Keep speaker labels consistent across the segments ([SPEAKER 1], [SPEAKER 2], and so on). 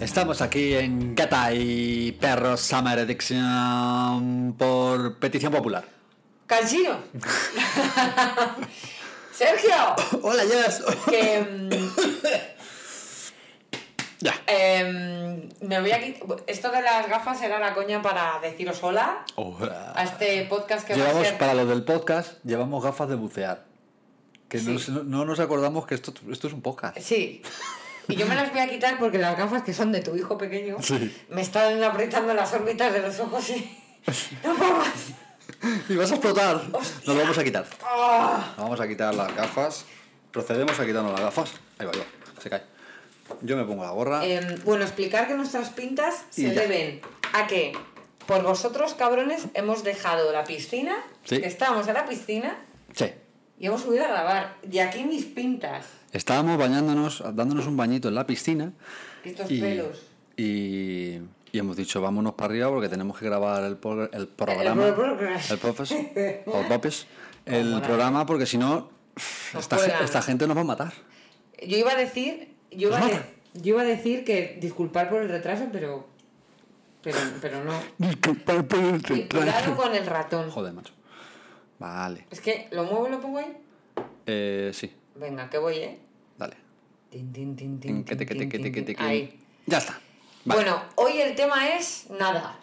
[SPEAKER 1] Estamos aquí en Gata y Perro Summer Addiction por petición popular.
[SPEAKER 2] ¡Cansino! ¡Sergio!
[SPEAKER 1] Hola, Jess.
[SPEAKER 2] Que. mm,
[SPEAKER 1] Ya.
[SPEAKER 2] em, me voy a quitar. Esto de las gafas era la coña para deciros hola a
[SPEAKER 1] Ah,
[SPEAKER 2] este podcast que va a
[SPEAKER 1] Llevamos,
[SPEAKER 2] ser.
[SPEAKER 1] para lo del podcast, llevamos gafas de bucear. Que no
[SPEAKER 2] Sí.
[SPEAKER 1] se- no, no nos acordamos que esto, esto es un podcast.
[SPEAKER 2] Sí. Y yo me las voy a quitar porque las gafas que son de tu hijo pequeño
[SPEAKER 1] Sí.
[SPEAKER 2] me están apretando las órbitas de los ojos y. ¡No puedo más!
[SPEAKER 1] Y vas a explotar. Nos lo vamos a quitar.
[SPEAKER 2] ¡Ah!
[SPEAKER 1] Nos vamos a quitar las gafas. Procedemos a quitarnos las gafas. Ahí va yo. Se cae. Yo me pongo la gorra.
[SPEAKER 2] Em, bueno, explicar que nuestras pintas
[SPEAKER 1] Y
[SPEAKER 2] se
[SPEAKER 1] ya.
[SPEAKER 2] deben a que por vosotros, cabrones, hemos dejado la piscina,
[SPEAKER 1] Sí.
[SPEAKER 2] que estábamos en la piscina
[SPEAKER 1] Sí.
[SPEAKER 2] y hemos subido a grabar. Y aquí mis pintas,
[SPEAKER 1] Estábamos bañándonos, dándonos un bañito en la piscina.
[SPEAKER 2] estos pelos.
[SPEAKER 1] y- y hemos dicho, vámonos para arriba porque tenemos que grabar el, por- el programa.
[SPEAKER 2] pro- programa.
[SPEAKER 1] El popes. o popes, El programa porque si no,
[SPEAKER 2] Nos
[SPEAKER 1] esta, ge-
[SPEAKER 2] cuelgan.
[SPEAKER 1] esta gente nos va a matar.
[SPEAKER 2] Yo iba a decir, yo
[SPEAKER 1] Pues
[SPEAKER 2] iba, a de- yo iba a decir que disculpar por el retraso, pero pero, pero no. Y cuidado con el ratón.
[SPEAKER 1] Joder, macho. Vale.
[SPEAKER 2] Es que lo muevo y lo pongo ahí.
[SPEAKER 1] Eh, sí,
[SPEAKER 2] Venga, que voy, eh.
[SPEAKER 1] dale.
[SPEAKER 2] Tin, tin, tin,
[SPEAKER 1] Tin,
[SPEAKER 2] tin,
[SPEAKER 1] que te, que te,
[SPEAKER 2] tin,
[SPEAKER 1] que te,
[SPEAKER 2] tin,
[SPEAKER 1] que
[SPEAKER 2] tin.
[SPEAKER 1] te, que-
[SPEAKER 2] Ahí.
[SPEAKER 1] Ya está. Vale.
[SPEAKER 2] Bueno, hoy el tema es nada.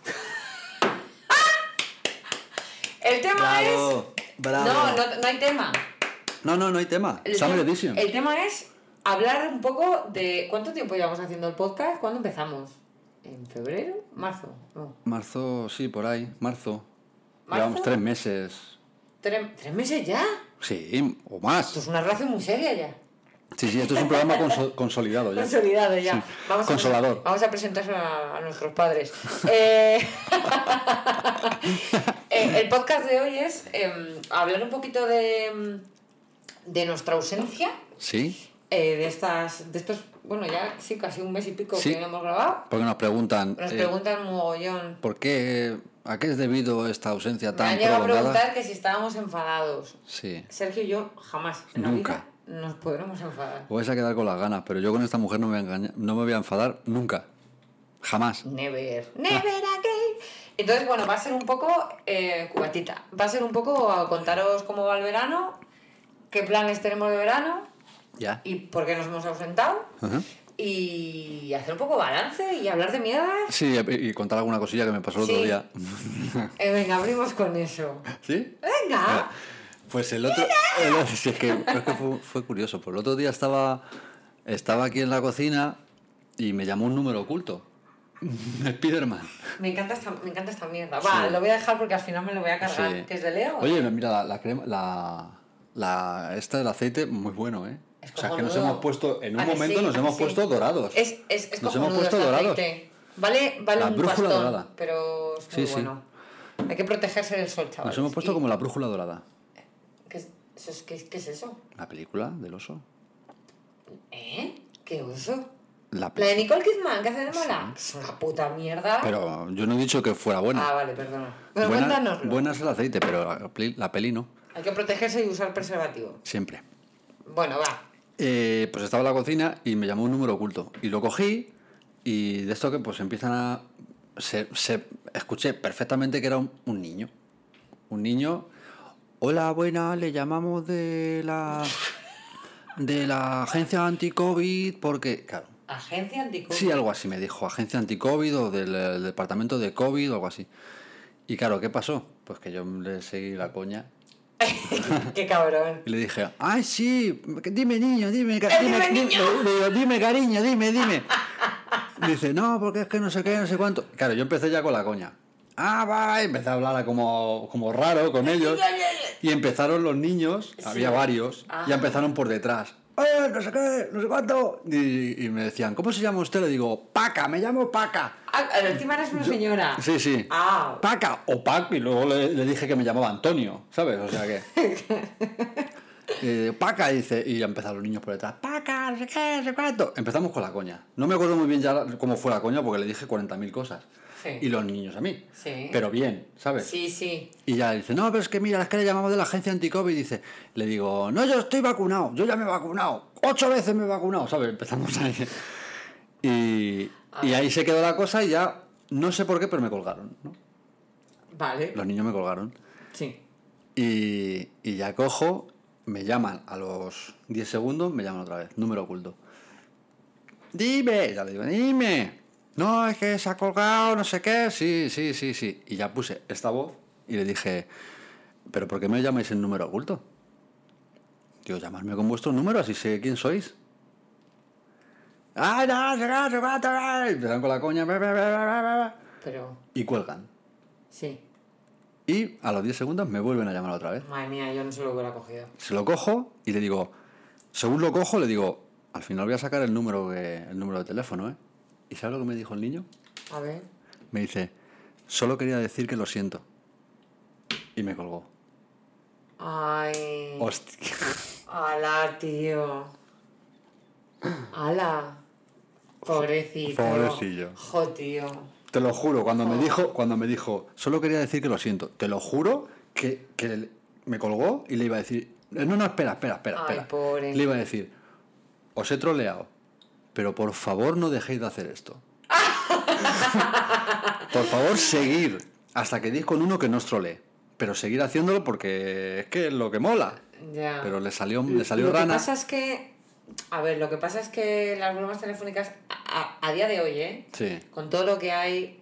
[SPEAKER 2] el tema
[SPEAKER 1] Bravo,
[SPEAKER 2] es.
[SPEAKER 1] bravo.
[SPEAKER 2] No, no, no hay tema.
[SPEAKER 1] No, no, no hay tema.
[SPEAKER 2] El,
[SPEAKER 1] Summer
[SPEAKER 2] te-
[SPEAKER 1] Edition.
[SPEAKER 2] el tema es hablar un poco de. ¿Cuánto tiempo llevamos haciendo el podcast? ¿Cuándo empezamos? ¿En febrero? ¿Marzo? No.
[SPEAKER 1] Marzo, sí, por ahí. Marzo.
[SPEAKER 2] ¿Marzo?
[SPEAKER 1] Llevamos tres meses.
[SPEAKER 2] ¿Tres, tres meses ya?
[SPEAKER 1] Sí, o
[SPEAKER 2] Esto
[SPEAKER 1] más.
[SPEAKER 2] es una relación muy seria ya.
[SPEAKER 1] Sí, sí, esto es un programa conso- consolidado ya.
[SPEAKER 2] Consolidado ya.
[SPEAKER 1] Sí.
[SPEAKER 2] Vamos
[SPEAKER 1] Consolador.
[SPEAKER 2] A, vamos a presentárselo a, a nuestros padres. Eh, eh, el podcast de hoy es em, hablar un poquito de, em, de nuestra ausencia,
[SPEAKER 1] Sí,
[SPEAKER 2] eh, de estas, de estos, bueno, ya sí, casi un mes y pico
[SPEAKER 1] Sí.
[SPEAKER 2] que no hemos grabado.
[SPEAKER 1] porque nos preguntan.
[SPEAKER 2] Nos
[SPEAKER 1] eh,
[SPEAKER 2] preguntan mogollón.
[SPEAKER 1] ¿Por qué? ¿A qué es debido esta ausencia
[SPEAKER 2] Me
[SPEAKER 1] tan
[SPEAKER 2] han llegado a
[SPEAKER 1] prolongada?
[SPEAKER 2] preguntar que si estábamos enfadados.
[SPEAKER 1] Sí.
[SPEAKER 2] Sergio y yo jamás en la
[SPEAKER 1] Nunca.
[SPEAKER 2] vida nos podremos enfadar.
[SPEAKER 1] Os vais a quedar con las ganas, pero yo con esta mujer no me voy a, engañar- no me voy a enfadar nunca. Jamás.
[SPEAKER 2] Never, never again. Entonces, bueno, va a ser un poco eh, cubatita. Va a ser un poco a contaros cómo va el verano, qué planes tenemos de verano
[SPEAKER 1] Ya.
[SPEAKER 2] y por qué nos hemos ausentado.
[SPEAKER 1] Ajá.
[SPEAKER 2] Y hacer un poco balance y hablar de mierdas.
[SPEAKER 1] Sí, y y contar alguna cosilla que me pasó el otro
[SPEAKER 2] Sí.
[SPEAKER 1] día.
[SPEAKER 2] Eh, venga, abrimos con eso.
[SPEAKER 1] ¿Sí?
[SPEAKER 2] ¡Venga!
[SPEAKER 1] Pues el otro. el- si es que, es que fue, fue curioso. Pues el otro día estaba, estaba aquí en la cocina y me llamó un número oculto. Spiderman.
[SPEAKER 2] Me encanta esta, me encanta esta mierda. Va,
[SPEAKER 1] Sí.
[SPEAKER 2] lo voy a dejar porque al final me lo voy a cargar.
[SPEAKER 1] Sí.
[SPEAKER 2] ¿Que es de Leo?
[SPEAKER 1] Oye, mira, la, la crema, la, la- esta del aceite, muy bueno, ¿eh?
[SPEAKER 2] Es
[SPEAKER 1] O sea, que nos
[SPEAKER 2] cojonudo.
[SPEAKER 1] hemos puesto, en un
[SPEAKER 2] ¿A que
[SPEAKER 1] momento
[SPEAKER 2] sí?
[SPEAKER 1] nos hemos
[SPEAKER 2] Sí.
[SPEAKER 1] puesto dorados.
[SPEAKER 2] Es, es, es
[SPEAKER 1] Nos hemos
[SPEAKER 2] cojonudo
[SPEAKER 1] puesto
[SPEAKER 2] este
[SPEAKER 1] dorados.
[SPEAKER 2] aceite. Vale, vale
[SPEAKER 1] La
[SPEAKER 2] un
[SPEAKER 1] brújula
[SPEAKER 2] pastón,
[SPEAKER 1] dorada.
[SPEAKER 2] pero es
[SPEAKER 1] Sí,
[SPEAKER 2] muy
[SPEAKER 1] sí.
[SPEAKER 2] bueno. Hay que protegerse del sol, chaval.
[SPEAKER 1] Nos hemos puesto como la brújula dorada.
[SPEAKER 2] ¿Qué es, eso es- qué es- qué es eso?
[SPEAKER 1] La película del oso.
[SPEAKER 2] ¿Eh? ¿Qué uso?
[SPEAKER 1] La
[SPEAKER 2] La
[SPEAKER 1] pe-
[SPEAKER 2] de Nicole Kidman, que hace de mala. Es una puta mierda.
[SPEAKER 1] Pero yo no he dicho que fuera buena.
[SPEAKER 2] Ah, vale, perdona. Bueno,
[SPEAKER 1] buena,
[SPEAKER 2] cuéntanoslo.
[SPEAKER 1] buena es el aceite, pero la peli, la peli no.
[SPEAKER 2] Hay que protegerse y usar preservativo.
[SPEAKER 1] Siempre.
[SPEAKER 2] Bueno, va.
[SPEAKER 1] Eh, pues estaba en la cocina y me llamó un número oculto. Y lo cogí y de esto que pues empiezan a... Se, se- escuché perfectamente que era un, un niño. Un niño... Hola, buena, le llamamos de la... De la agencia anti-COVID porque... Claro,
[SPEAKER 2] Agencia anticovid.
[SPEAKER 1] Sí, algo así me dijo, agencia anticovid o del, del departamento de COVID o algo así. Y claro, ¿qué pasó? Pues que yo le seguí la coña.
[SPEAKER 2] Qué cabrón.
[SPEAKER 1] Y le dije, ay, sí, dime niño, dime, ca- dime, dime, le digo, dime, cariño, dime, dime. Dice, no, porque es que no sé qué, no sé cuánto. Claro, yo empecé ya con la coña. Ah, va, y empecé a hablar como, como raro con ellos. Y empezaron los niños, había varios, ya empezaron por detrás. ¡Eh, no sé qué, no sé cuánto! Y, y me decían, ¿cómo se llama usted? Le digo, Paca, me llamo Paca.
[SPEAKER 2] Ah, encima eres una señora.
[SPEAKER 1] Sí, sí.
[SPEAKER 2] Ah.
[SPEAKER 1] Paca o Pac, y luego le, le dije que me llamaba Antonio, ¿sabes? O sea que. Eh, Paca, dice, y empezaron los niños por detrás. Paca, no sé qué, no sé cuánto. Empezamos con la coña. No me acuerdo muy bien ya la- cómo fue la coña porque le dije 40.000 cosas.
[SPEAKER 2] Sí.
[SPEAKER 1] Y los niños a mí.
[SPEAKER 2] Sí.
[SPEAKER 1] Pero bien, ¿sabes?
[SPEAKER 2] Sí, sí.
[SPEAKER 1] Y ya dice, no, pero es que mira, es que le llamamos de la agencia anticovid. Dice, le digo, no, yo estoy vacunado, yo ya me he vacunado, ocho veces me he vacunado, ¿sabes? Empezamos ahí. Y,
[SPEAKER 2] Ah.
[SPEAKER 1] y ahí se quedó la cosa y ya, no sé por qué, pero me colgaron, ¿no?
[SPEAKER 2] Vale.
[SPEAKER 1] Los niños me colgaron.
[SPEAKER 2] Sí.
[SPEAKER 1] Y, y ya cojo, me llaman a los 10 segundos, me llaman otra vez, número oculto. Dime, ya le digo, dime. No, es que se ha colgado, no sé qué. Sí, sí, sí, sí. Y ya puse esta voz y le dije, ¿pero por qué me llamáis el número oculto? Digo, llamadme con vuestro número, así sé quién sois. ¡Ay, no, se va, se va, se va! Y Empiezan con la coña, bla, bla, bla, bla, bla, bla,
[SPEAKER 2] Pero,
[SPEAKER 1] y cuelgan.
[SPEAKER 2] sí.
[SPEAKER 1] Y a los 10 segundos me vuelven a llamar otra vez.
[SPEAKER 2] Madre mía, yo no se lo hubiera cogido.
[SPEAKER 1] se lo cojo y le digo, según lo cojo, le digo, al final voy a sacar el número, que- el número de teléfono, ¿eh? ¿Y sabes lo que me dijo el niño?
[SPEAKER 2] A ver.
[SPEAKER 1] Me dice, solo quería decir que lo siento. Y me colgó.
[SPEAKER 2] Ay.
[SPEAKER 1] Hostia.
[SPEAKER 2] Ala, tío. Ala. Pobrecito.
[SPEAKER 1] Pobrecillo.
[SPEAKER 2] Jo, tío.
[SPEAKER 1] Te lo juro, cuando me dijo, cuando me dijo, solo quería decir que lo siento, te lo juro que, que me colgó y le iba a decir, no, no, espera, espera, espera,
[SPEAKER 2] Ay,
[SPEAKER 1] espera.
[SPEAKER 2] pobre.
[SPEAKER 1] Le iba a decir, os he troleado, pero por favor no dejéis de hacer esto. por favor, seguir hasta que deis con uno que no os trolee, pero seguir haciéndolo porque es que es lo que mola.
[SPEAKER 2] Ya.
[SPEAKER 1] Pero le salió, le salió
[SPEAKER 2] lo que
[SPEAKER 1] rana.
[SPEAKER 2] pasa es que. A ver, lo que pasa es que las bromas telefónicas a, a- a día de hoy, ¿eh?
[SPEAKER 1] Sí.
[SPEAKER 2] Con todo lo que hay.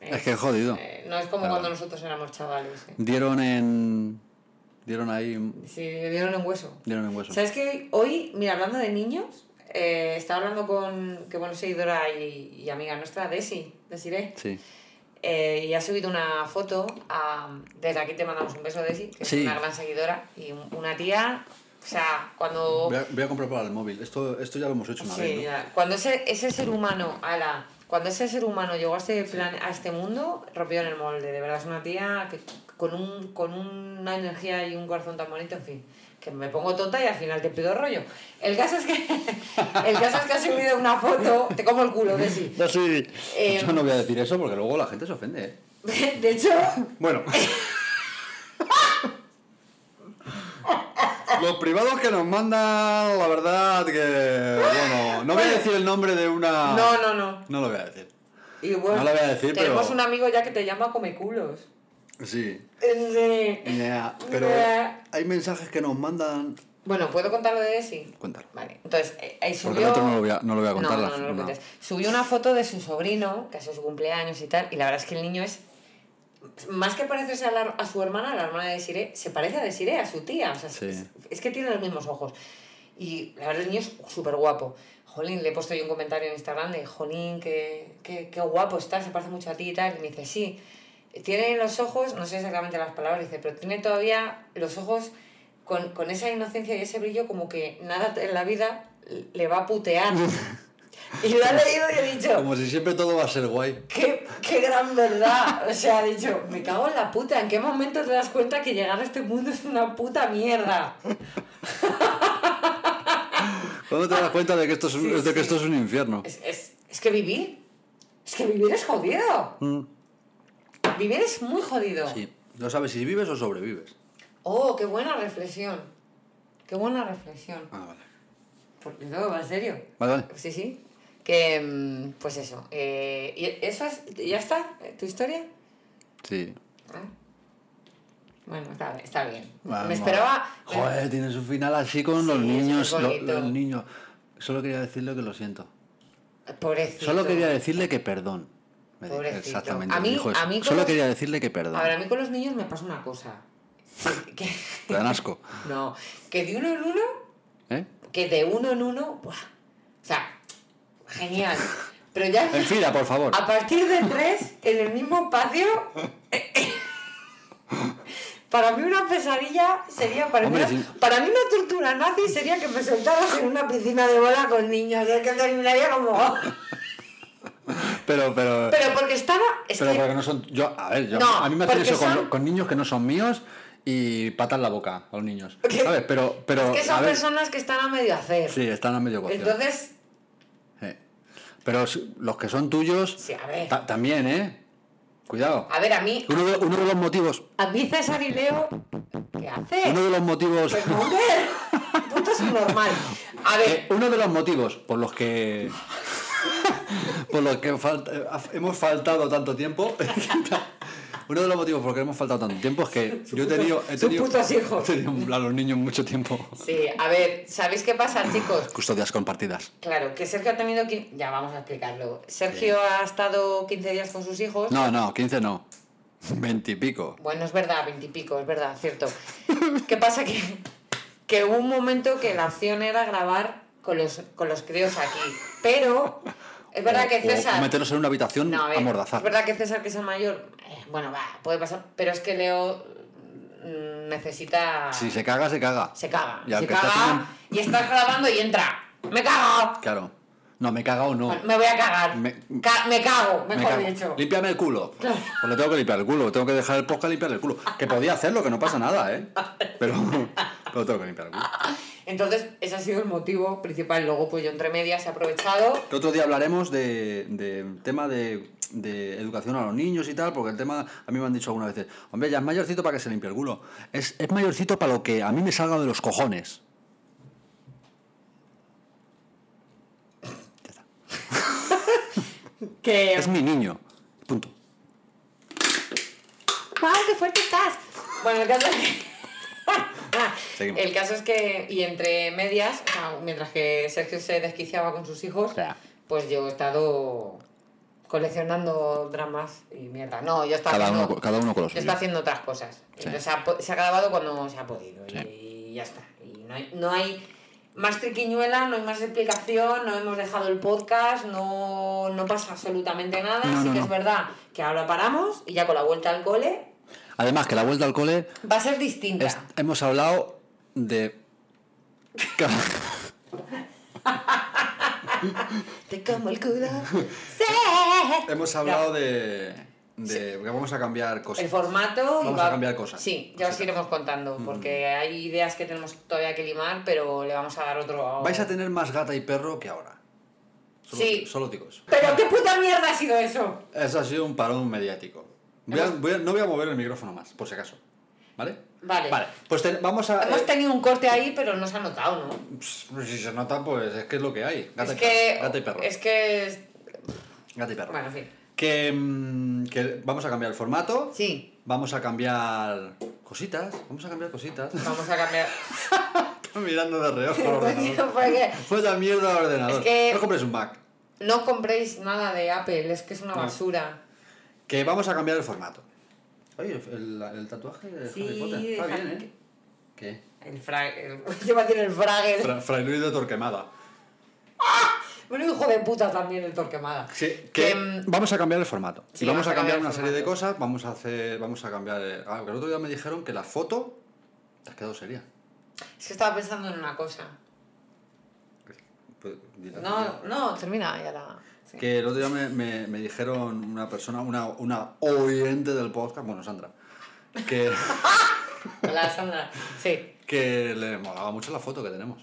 [SPEAKER 1] Es que es jodido.
[SPEAKER 2] eh, no es como
[SPEAKER 1] Claro.
[SPEAKER 2] cuando nosotros éramos chavales. ¿eh?
[SPEAKER 1] Dieron en. Dieron ahí.
[SPEAKER 2] Sí, dieron un hueso.
[SPEAKER 1] Dieron en hueso.
[SPEAKER 2] ¿Sabes que Hoy, mira, hablando de niños, eh, estaba hablando con, que bueno, seguidora y, y amiga nuestra, Desi, Desiree,
[SPEAKER 1] Sí.
[SPEAKER 2] eh, y ha subido una foto, a- desde aquí te mandamos un beso, Desi, que
[SPEAKER 1] Sí.
[SPEAKER 2] es una gran seguidora, y un- una tía, o sea, cuando...
[SPEAKER 1] Voy a, voy a comprar para el móvil. Esto, esto ya lo hemos hecho una
[SPEAKER 2] Sí,
[SPEAKER 1] vez. ¿no?
[SPEAKER 2] ya. Cuando ese, ese ser humano, ala, cuando ese ser humano llegó a este, plan, a este mundo, rompió en el molde. De verdad, es una tía que con, un, con una energía y un corazón tan bonito, en fin, que me pongo tonta y al final te pido rollo. El caso es que, el caso es que has subido una foto, te como el culo, de sí.
[SPEAKER 1] No, sí.
[SPEAKER 2] Eh,
[SPEAKER 1] Yo no voy a decir eso porque luego la gente se ofende. ¿eh?
[SPEAKER 2] De hecho,
[SPEAKER 1] Bueno. Los privados que nos mandan, la verdad que. Bueno, no voy a decir el nombre de una.
[SPEAKER 2] no, no, no.
[SPEAKER 1] No lo voy a decir.
[SPEAKER 2] Y bueno,
[SPEAKER 1] Ah. No lo voy a decir, pero-
[SPEAKER 2] tenemos un amigo ya que te llama Comeculos.
[SPEAKER 1] Sí.
[SPEAKER 2] Eh,
[SPEAKER 1] Ya, pero
[SPEAKER 2] Ya.
[SPEAKER 1] hay mensajes que nos mandan.
[SPEAKER 2] Bueno, ¿puedo contar lo de Desi?
[SPEAKER 1] Cuéntalo.
[SPEAKER 2] Vale, entonces, eh, eh,
[SPEAKER 1] Porque
[SPEAKER 2] subió...
[SPEAKER 1] el otro no lo voy a, no lo voy a contar.
[SPEAKER 2] No,
[SPEAKER 1] la-
[SPEAKER 2] no, no lo
[SPEAKER 1] no.
[SPEAKER 2] cuentes. Subió una foto de su sobrino, que hace su cumpleaños y tal, y la verdad es que el niño es. Más que parecerse a, la- a su hermana, a la hermana de Desiree, se parece a Desiree, a su tía. O sea,
[SPEAKER 1] Sí.
[SPEAKER 2] es, es que tiene los mismos ojos. Y la verdad, el niño es súper guapo. Jolín, le he puesto yo un comentario en Instagram de Jolín, qué, qué, qué guapo estás, se parece mucho a ti y tal. Y me dice, sí, tiene los ojos, no sé exactamente las palabras, dice, pero tiene todavía los ojos con, con esa inocencia y ese brillo como que nada en la vida le va a putear. y lo ha leído y he dicho,
[SPEAKER 1] Como si siempre todo va a ser guay.
[SPEAKER 2] ¡Qué, qué gran verdad! O sea, ha dicho, me cago en la puta, ¿en qué momento te das cuenta que llegar a este mundo es una puta mierda?
[SPEAKER 1] ¿Cuándo te das cuenta de que esto es un,
[SPEAKER 2] Sí,
[SPEAKER 1] de que
[SPEAKER 2] sí.
[SPEAKER 1] esto es un infierno?
[SPEAKER 2] Es, es, es que vivir, es que vivir es jodido.
[SPEAKER 1] Mm.
[SPEAKER 2] Vivir es muy jodido.
[SPEAKER 1] Sí. No sabes si vives o sobrevives.
[SPEAKER 2] Oh, qué buena reflexión. Qué buena reflexión.
[SPEAKER 1] Ah, vale.
[SPEAKER 2] Porque todo va en serio.
[SPEAKER 1] Vale, vale.
[SPEAKER 2] Sí, sí. Que, mm, pues eso. eh, ¿y eso es, ¿Ya está? eh, ¿Tu historia?
[SPEAKER 1] Sí.
[SPEAKER 2] Ah. Bueno, está, bien- está bien.
[SPEAKER 1] Vamos.
[SPEAKER 2] Me esperaba...
[SPEAKER 1] Joder, tienes un final así con los
[SPEAKER 2] Sí, es muy
[SPEAKER 1] niños. lo-
[SPEAKER 2] bonito.
[SPEAKER 1] los niños. Solo quería decirle que lo siento.
[SPEAKER 2] Pobrecito.
[SPEAKER 1] Solo quería decirle que perdón. Me dijo,
[SPEAKER 2] Pobrecito.
[SPEAKER 1] Exactamente.
[SPEAKER 2] A
[SPEAKER 1] me
[SPEAKER 2] mí-
[SPEAKER 1] dijo eso.
[SPEAKER 2] a mí con
[SPEAKER 1] Solo
[SPEAKER 2] los-
[SPEAKER 1] quería decirle que perdón.
[SPEAKER 2] A ver, a mí con los niños me pasa una cosa. Que,
[SPEAKER 1] Te dan asco.
[SPEAKER 2] no, que de uno en uno,
[SPEAKER 1] ¿eh?
[SPEAKER 2] que de uno en uno, ¡buah! O sea, genial. Pero ya
[SPEAKER 1] En fila, por favor.
[SPEAKER 2] a partir de tres, en el mismo espacio, para mí una pesadilla sería, para,
[SPEAKER 1] Hombre,
[SPEAKER 2] mí,
[SPEAKER 1] sí.
[SPEAKER 2] para mí una tortura nazi sería que me soltaras en una piscina de bola con niños, es que terminaría como...
[SPEAKER 1] Pero, pero.
[SPEAKER 2] Pero porque estaba... Es
[SPEAKER 1] pero
[SPEAKER 2] que-
[SPEAKER 1] porque no son. Yo, a ver, yo-
[SPEAKER 2] No,
[SPEAKER 1] a mí me hacen
[SPEAKER 2] porque
[SPEAKER 1] eso con,
[SPEAKER 2] son-
[SPEAKER 1] con niños que no son míos y patas la boca a los niños.
[SPEAKER 2] Que-
[SPEAKER 1] ¿Sabes? Pero. pero
[SPEAKER 2] es que
[SPEAKER 1] a
[SPEAKER 2] son
[SPEAKER 1] ver,
[SPEAKER 2] personas que están a medio hacer.
[SPEAKER 1] Sí, pues están a medio cocido.
[SPEAKER 2] Entonces,
[SPEAKER 1] Sí. Pero s- los que son tuyos.
[SPEAKER 2] Sí, a ver.
[SPEAKER 1] ta- también, ¿eh? Cuidado.
[SPEAKER 2] a ver, a mí,
[SPEAKER 1] Uno de, uno de los motivos.
[SPEAKER 2] a mí César y Leo, ¿qué
[SPEAKER 1] Uno
[SPEAKER 2] haces?
[SPEAKER 1] de los motivos.
[SPEAKER 2] Pues mujer, puto es normal. A
[SPEAKER 1] Eh,
[SPEAKER 2] ver,
[SPEAKER 1] uno de los motivos por los que. por los que falta- eh, hemos faltado tanto tiempo. uno de los motivos por los que hemos faltado tanto tiempo es que yo he
[SPEAKER 2] puto-
[SPEAKER 1] tenido. He
[SPEAKER 2] sus
[SPEAKER 1] tenido,
[SPEAKER 2] putos hijos.
[SPEAKER 1] he tenido a los niños mucho tiempo.
[SPEAKER 2] sí, a ver, ¿sabéis qué pasa, chicos?
[SPEAKER 1] Custodias compartidas.
[SPEAKER 2] Claro, que Sergio ha tenido... quin- Ya vamos a explicarlo. Sergio ha estado 15 días con sus hijos.
[SPEAKER 1] No, no, 15 no. 20 y pico.
[SPEAKER 2] Bueno, es verdad, veintipico, es verdad, cierto. ¿Qué pasa? Que, que hubo un momento que la acción era grabar con los, con los críos aquí. Pero es verdad
[SPEAKER 1] O-
[SPEAKER 2] que
[SPEAKER 1] o
[SPEAKER 2] César...
[SPEAKER 1] meterlos en una habitación
[SPEAKER 2] No, a ver,
[SPEAKER 1] amordazar.
[SPEAKER 2] Es verdad que César, que es el mayor, eh, bueno, va, puede pasar, pero es que Leo mm, necesita...
[SPEAKER 1] Si se caga, se caga.
[SPEAKER 2] se caga.
[SPEAKER 1] Y
[SPEAKER 2] se
[SPEAKER 1] aunque
[SPEAKER 2] caga
[SPEAKER 1] estés en un-
[SPEAKER 2] y estás grabando y entra. ¡Me cago!
[SPEAKER 1] Claro. No, me caga o no.
[SPEAKER 2] Me voy a cagar.
[SPEAKER 1] Me-
[SPEAKER 2] Ca- me cago,
[SPEAKER 1] Me
[SPEAKER 2] mejor
[SPEAKER 1] cago.
[SPEAKER 2] dicho.
[SPEAKER 1] Límpiame el culo. Pues le tengo que limpiar el culo. Tengo que dejar el podcast limpiar el culo. Que podía hacerlo, que no pasa nada, ¿eh? Pero, pero tengo que limpiar el culo.
[SPEAKER 2] Entonces, ese ha sido el motivo principal. Luego, pues yo entre medias he aprovechado...
[SPEAKER 1] Que otro día hablaremos de, de tema de, de educación a los niños y tal, porque el tema, a mí me han dicho algunas veces, hombre, ya es mayorcito para que se limpie el culo. Es, es mayorcito para lo que a mí me salga de los cojones.
[SPEAKER 2] Que...
[SPEAKER 1] Es mi niño. Punto.
[SPEAKER 2] ¡Wow, qué fuerte estás! Bueno, el caso es que...
[SPEAKER 1] Seguimos.
[SPEAKER 2] El caso es que, y entre medias, o sea, mientras que Sergio se desquiciaba con sus hijos,
[SPEAKER 1] sea,
[SPEAKER 2] pues yo he estado coleccionando dramas y mierda. No, yo he estado
[SPEAKER 1] cada
[SPEAKER 2] haciendo,
[SPEAKER 1] uno, co- cada uno con los
[SPEAKER 2] yo he
[SPEAKER 1] suyos.
[SPEAKER 2] estado haciendo otras cosas.
[SPEAKER 1] Sí.
[SPEAKER 2] Entonces, se, ha, po- se ha grabado cuando se ha podido
[SPEAKER 1] Sí.
[SPEAKER 2] y ya está. Y no hay, no hay más triquiñuela, no hay más explicación, no hemos dejado el podcast, no, no pasa absolutamente nada.
[SPEAKER 1] No,
[SPEAKER 2] Así
[SPEAKER 1] no,
[SPEAKER 2] que
[SPEAKER 1] no.
[SPEAKER 2] es verdad que ahora paramos y ya con la vuelta al cole
[SPEAKER 1] Además, que la vuelta al cole
[SPEAKER 2] va a ser distinta.
[SPEAKER 1] Es- hemos hablado de.
[SPEAKER 2] Te como el culo. Sí.
[SPEAKER 1] hemos hablado de. de que vamos a cambiar cosas.
[SPEAKER 2] El formato. y
[SPEAKER 1] Pues Vamos a cambiar cosas. Mm.
[SPEAKER 2] Sí, ya os
[SPEAKER 1] Cositas.
[SPEAKER 2] iremos contando, porque hay ideas que tenemos todavía que limar, pero le vamos a dar otro.
[SPEAKER 1] Vais a tener más gata y perro que ahora. Solo,
[SPEAKER 2] Sí.
[SPEAKER 1] solo digo eso.
[SPEAKER 2] Pero qué puta mierda ha sido eso.
[SPEAKER 1] Eso ha sido un parón mediático. Voy a- voy a- no voy a mover el micrófono más, por si acaso. ¿Vale?
[SPEAKER 2] Vale.
[SPEAKER 1] Vale, pues te- vamos a.
[SPEAKER 2] Hemos
[SPEAKER 1] eh,
[SPEAKER 2] tenido un corte ahí, pero no se ha notado, ¿no?
[SPEAKER 1] pss, si se nota, pues es que es lo que hay. Gata,
[SPEAKER 2] es
[SPEAKER 1] y,
[SPEAKER 2] que.
[SPEAKER 1] perro, gata y perro.
[SPEAKER 2] Es que. es-
[SPEAKER 1] Gata y perro.
[SPEAKER 2] Bueno, en fin.
[SPEAKER 1] Que, mm, que vamos a cambiar el formato.
[SPEAKER 2] Sí.
[SPEAKER 1] Vamos a cambiar cositas. Vamos a cambiar cositas.
[SPEAKER 2] Vamos a cambiar.
[SPEAKER 1] Mirando de reojo. al ordenador.
[SPEAKER 2] Porque
[SPEAKER 1] Vaya mierda de ordenador.
[SPEAKER 2] Pues Es que-
[SPEAKER 1] No compres un Mac.
[SPEAKER 2] no compréis nada de Apple, es que es una
[SPEAKER 1] No.
[SPEAKER 2] basura.
[SPEAKER 1] Que vamos a cambiar el formato. Oye, el, el tatuaje de
[SPEAKER 2] Sí,
[SPEAKER 1] Harry Potter. Está
[SPEAKER 2] de Harry-
[SPEAKER 1] bien, ¿eh? ¿Qué?
[SPEAKER 2] El frag. el- Yo iba a decir el Fraggle.
[SPEAKER 1] Fra- Fray Luis de Torquemada.
[SPEAKER 2] Bueno, hijo de puta también el Torquemada.
[SPEAKER 1] Sí, que
[SPEAKER 2] Que, mm,
[SPEAKER 1] vamos a cambiar el formato.
[SPEAKER 2] Sí,
[SPEAKER 1] y vamos a cambiar
[SPEAKER 2] el
[SPEAKER 1] una serie de
[SPEAKER 2] formato.
[SPEAKER 1] cosas. Vamos a hacer. Vamos a cambiar. el- Ah, que el otro día me dijeron que la foto. Te has quedado seria.
[SPEAKER 2] Es que estaba pensando en una cosa.
[SPEAKER 1] Pues, dila, dila.
[SPEAKER 2] No, no, termina ya la. sí.
[SPEAKER 1] Que el otro día me, me- me dijeron una persona, una, una oyente del podcast, bueno, Sandra, que,
[SPEAKER 2] La Sandra. Sí.
[SPEAKER 1] que le molaba mucho la foto que tenemos.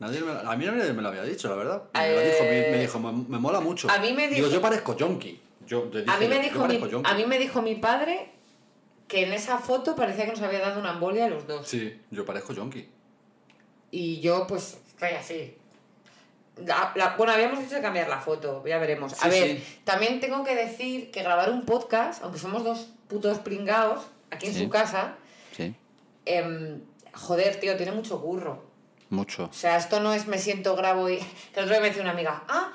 [SPEAKER 1] Nadie me la- a mí nadie me lo había dicho, la verdad. Me, lo
[SPEAKER 2] Eh,
[SPEAKER 1] dijo, me, me dijo, me, me mola mucho.
[SPEAKER 2] a mí me
[SPEAKER 1] Digo,
[SPEAKER 2] dijo-
[SPEAKER 1] yo parezco yonki. Yo, le dije,
[SPEAKER 2] A mí, me
[SPEAKER 1] yo
[SPEAKER 2] dijo mi,
[SPEAKER 1] parezco yonki.
[SPEAKER 2] a mí me dijo mi padre que en esa foto parecía que nos había dado una embolia a los dos.
[SPEAKER 1] Sí, yo parezco yonki.
[SPEAKER 2] Y yo, pues, estoy así. La- la- bueno, habíamos dicho de cambiar la foto, ya veremos. a
[SPEAKER 1] Sí,
[SPEAKER 2] ver,
[SPEAKER 1] sí.
[SPEAKER 2] también tengo que decir que grabar un podcast, aunque somos dos putos pringaos aquí en
[SPEAKER 1] Sí.
[SPEAKER 2] su casa,
[SPEAKER 1] Sí,
[SPEAKER 2] em, joder, tío, tiene mucho curro.
[SPEAKER 1] mucho.
[SPEAKER 2] O sea, esto no es me siento grabo y. Que el otro día me decía una amiga, ah,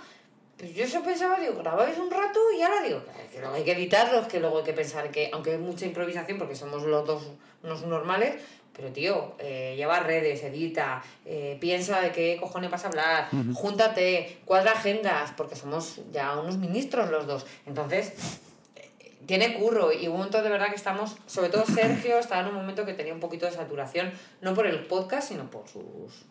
[SPEAKER 2] Pues yo eso pensaba, digo, grabáis un rato y ahora digo, "Eh, que luego hay que editarlo, es que luego hay que pensar que, aunque hay mucha improvisación, porque somos los dos unos normales, pero tío, eh, lleva redes, edita, eh, piensa de qué cojones vas a hablar, júntate, cuadra agendas, porque somos ya unos ministros los dos. Entonces, tiene curro y hubo un momento de verdad que estamos, sobre todo Sergio estaba en un momento que tenía un poquito de saturación, no por el podcast, sino por sus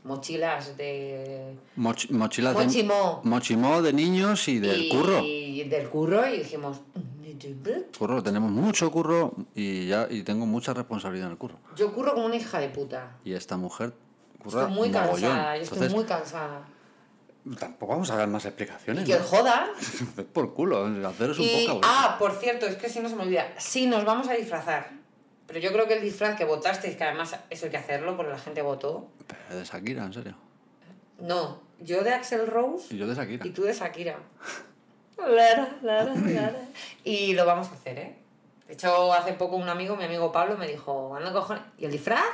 [SPEAKER 2] mochilas de...
[SPEAKER 1] Moch- mochilas
[SPEAKER 2] Mochimo.
[SPEAKER 1] Ah, de mochimo de niños y del
[SPEAKER 2] y-
[SPEAKER 1] curro.
[SPEAKER 2] Y del curro y dijimos... "Mm,
[SPEAKER 1] Curro, tenemos mucho curro y ya y tengo mucha responsabilidad en el curro.
[SPEAKER 2] Yo curro como una hija de puta.
[SPEAKER 1] Y esta mujer curra
[SPEAKER 2] Estoy muy
[SPEAKER 1] mogollón.
[SPEAKER 2] cansada, yo estoy
[SPEAKER 1] Entonces,
[SPEAKER 2] muy cansada.
[SPEAKER 1] tampoco vamos a dar más
[SPEAKER 2] Y
[SPEAKER 1] explicaciones.
[SPEAKER 2] que
[SPEAKER 1] ¿no?
[SPEAKER 2] jodan.
[SPEAKER 1] Es por culo, haceros un
[SPEAKER 2] Y,
[SPEAKER 1] poco.
[SPEAKER 2] ah, por cierto, es que si no se me olvida, sí nos vamos a disfrazar. Pero yo creo que el disfraz que votasteis, que además eso hay que hacerlo porque la gente votó.
[SPEAKER 1] Pero de Shakira, en serio.
[SPEAKER 2] No, yo de Axel Rose
[SPEAKER 1] Y yo de Shakira.
[SPEAKER 2] y tú de Shakira. Lara, lara, lara. Y lo vamos a hacer, ¿eh? De hecho, hace poco un amigo, mi amigo Pablo, me dijo, anda cojones, ¿y el disfraz?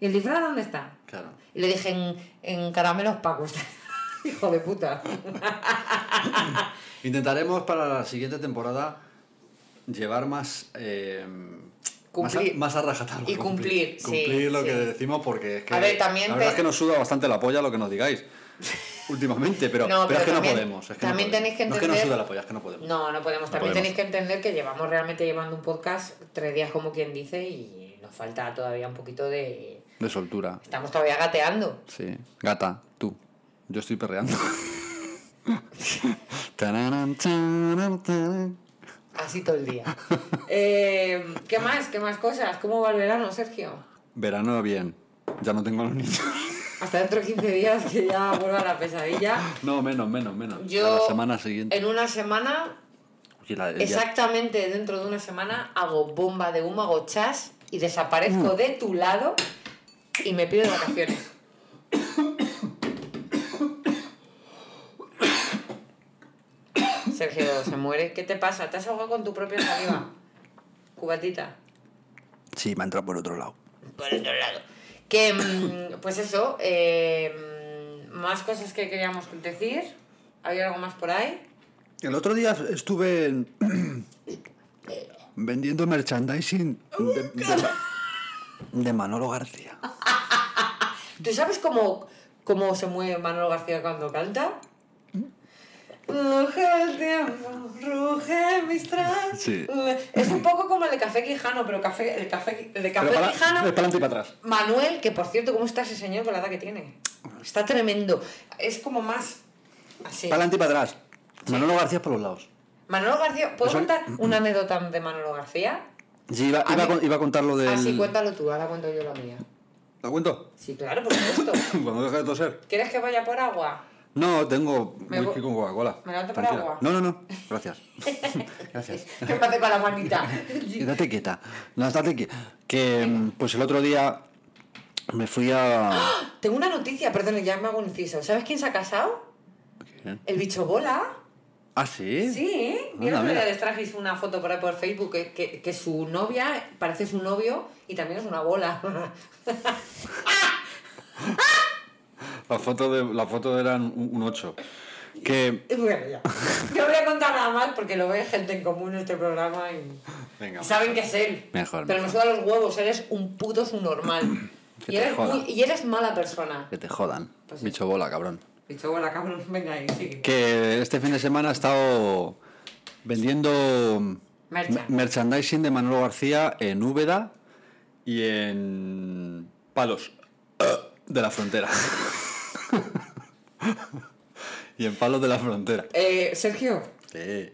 [SPEAKER 2] ¿Y el disfraz dónde está?
[SPEAKER 1] Claro.
[SPEAKER 2] Y le dije, en, en caramelos pacos. Hijo de puta.
[SPEAKER 1] Intentaremos para la siguiente temporada llevar más. eh,
[SPEAKER 2] Cumplir.
[SPEAKER 1] Más, a, más a rajatabla.
[SPEAKER 2] Y cumplir, sí,
[SPEAKER 1] Cumplir lo
[SPEAKER 2] sí.
[SPEAKER 1] que decimos porque es que.
[SPEAKER 2] A ver, también
[SPEAKER 1] La verdad
[SPEAKER 2] te-
[SPEAKER 1] es que nos suda bastante la polla lo que nos digáis últimamente, pero,
[SPEAKER 2] No,
[SPEAKER 1] pero es
[SPEAKER 2] pero
[SPEAKER 1] que
[SPEAKER 2] también-
[SPEAKER 1] no podemos. Es que no
[SPEAKER 2] también
[SPEAKER 1] podemos.
[SPEAKER 2] tenéis que
[SPEAKER 1] No es que nos
[SPEAKER 2] entender-
[SPEAKER 1] suda la polla, es que no podemos.
[SPEAKER 2] No, no podemos. También
[SPEAKER 1] podemos.
[SPEAKER 2] tenéis que entender que llevamos realmente llevando un podcast tres días como quien dice y nos falta todavía un poquito de...
[SPEAKER 1] De soltura.
[SPEAKER 2] Estamos todavía gateando.
[SPEAKER 1] Sí. Gata, tú. Yo estoy perreando. Tararán, tararán, tararán.
[SPEAKER 2] Así todo el día. Eh, ¿Qué más? ¿Qué más cosas? ¿Cómo va el verano, Sergio?
[SPEAKER 1] Verano bien. Ya no tengo los niños.
[SPEAKER 2] Hasta dentro de 15 días que ya vuelva la pesadilla.
[SPEAKER 1] No, menos, menos, menos.
[SPEAKER 2] Yo
[SPEAKER 1] A la semana siguiente.
[SPEAKER 2] en una semana,
[SPEAKER 1] Y la- el día-
[SPEAKER 2] exactamente dentro de una semana, hago bomba de humo, hago chas y
[SPEAKER 1] Mm.
[SPEAKER 2] desaparezco de tu lado y me pido vacaciones. Sergio se muere. ¿Qué te pasa? ¿Te has ahogado con tu propia saliva? Cubatita.
[SPEAKER 1] Sí, me ha entrado por otro lado.
[SPEAKER 2] por otro lado. Que, mm, pues eso, eh, mm, más cosas que queríamos decir. ¿Había algo más por ahí?
[SPEAKER 1] El otro día estuve en- vendiendo merchandising
[SPEAKER 2] Oh
[SPEAKER 1] de, de- de Manolo García.
[SPEAKER 2] ¿Tú sabes cómo, cómo se mueve Manolo García cuando canta? Ruge el tiempo, ruge mis tras.
[SPEAKER 1] Sí.
[SPEAKER 2] Es un poco como el de Café Quijano, pero café, el, café, el de Café
[SPEAKER 1] Pero para,
[SPEAKER 2] Quijano...
[SPEAKER 1] de pa'lante y para atrás.
[SPEAKER 2] Manuel, que por cierto, ¿cómo está ese señor con la edad que tiene? Está tremendo. Es como más... Así.
[SPEAKER 1] Para adelante y para atrás. Manolo García por los lados.
[SPEAKER 2] Manolo García, ¿puedo
[SPEAKER 1] Eso-
[SPEAKER 2] contar una anécdota de Manolo García?
[SPEAKER 1] Sí, iba,
[SPEAKER 2] A
[SPEAKER 1] iba a
[SPEAKER 2] mí-
[SPEAKER 1] con- iba a contar lo del...
[SPEAKER 2] Así, cuéntalo tú, ahora cuento yo la mía.
[SPEAKER 1] ¿La cuento?
[SPEAKER 2] Sí, claro, por supuesto.
[SPEAKER 1] Cuando deje de toser.
[SPEAKER 2] ¿Quieres que vaya por agua?
[SPEAKER 1] No, tengo
[SPEAKER 2] Me
[SPEAKER 1] whisky
[SPEAKER 2] vo-
[SPEAKER 1] con Coca-Cola.
[SPEAKER 2] ¿Me levanto por
[SPEAKER 1] Tranquila.
[SPEAKER 2] agua?
[SPEAKER 1] No, no, no. Gracias. Gracias.
[SPEAKER 2] ¿Qué me hace con la manita?
[SPEAKER 1] Quédate quieta. No, estate quieta. Que mm, pues el otro día me fui a...
[SPEAKER 2] Tengo una noticia, perdón, ya me hago un inciso. ¿Sabes quién se ha casado? El bicho bola.
[SPEAKER 1] ¿Ah, sí?
[SPEAKER 2] Sí, yo el
[SPEAKER 1] Anda,
[SPEAKER 2] otro día
[SPEAKER 1] mira.
[SPEAKER 2] les traje una foto por ahí por Facebook que, que, que su novia parece su novio y también es una bola.
[SPEAKER 1] La foto, de, la foto eran un, 8. Que...
[SPEAKER 2] Bueno, ya. No voy a contar nada más porque lo ve gente en común en este programa y...
[SPEAKER 1] Venga.
[SPEAKER 2] Saben que es él.
[SPEAKER 1] Mejor,
[SPEAKER 2] Pero
[SPEAKER 1] mejor.
[SPEAKER 2] me suda los huevos, eres un puto subnormal.
[SPEAKER 1] Que
[SPEAKER 2] y,
[SPEAKER 1] te
[SPEAKER 2] eres
[SPEAKER 1] jodan.
[SPEAKER 2] muy- y eres mala persona.
[SPEAKER 1] Que te jodan.
[SPEAKER 2] Pues sí.
[SPEAKER 1] Bicho bola, cabrón.
[SPEAKER 2] Bicho, bueno, cabrón, venga ahí, sigue.
[SPEAKER 1] Que este fin de semana he estado vendiendo
[SPEAKER 2] Mercha.
[SPEAKER 1] me- merchandising de Manolo García en Úbeda y en Palos de la Frontera. y en Palos de la Frontera.
[SPEAKER 2] Eh, Sergio,
[SPEAKER 1] Sí.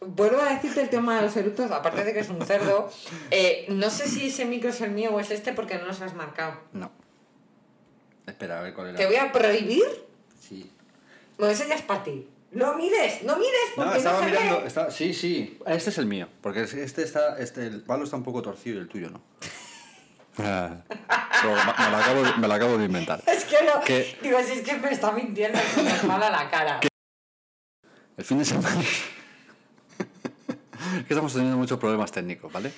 [SPEAKER 2] vuelvo a decirte el tema de los eructos, aparte de que es un cerdo. eh, no sé si ese micro es el mío o es este porque no los has marcado.
[SPEAKER 1] No. Espera, a ver cuál era.
[SPEAKER 2] ¿Te voy a prohibir?
[SPEAKER 1] Sí.
[SPEAKER 2] No, ese ya es para ti. No mires, no mires
[SPEAKER 1] No,
[SPEAKER 2] porque no,
[SPEAKER 1] estaba
[SPEAKER 2] se
[SPEAKER 1] mirando.
[SPEAKER 2] ve.
[SPEAKER 1] estaba- sí, sí. Este es el mío. Porque es- este está. Este, el palo está un poco torcido y el tuyo no. Ah, pero me, me lo acabo, de- me lo acabo de inventar.
[SPEAKER 2] Es que no.
[SPEAKER 1] Que-
[SPEAKER 2] Digo, si es que me está mintiendo, es que me es mala la cara.
[SPEAKER 1] El fin de semana. Es que estamos teniendo muchos problemas técnicos, ¿vale?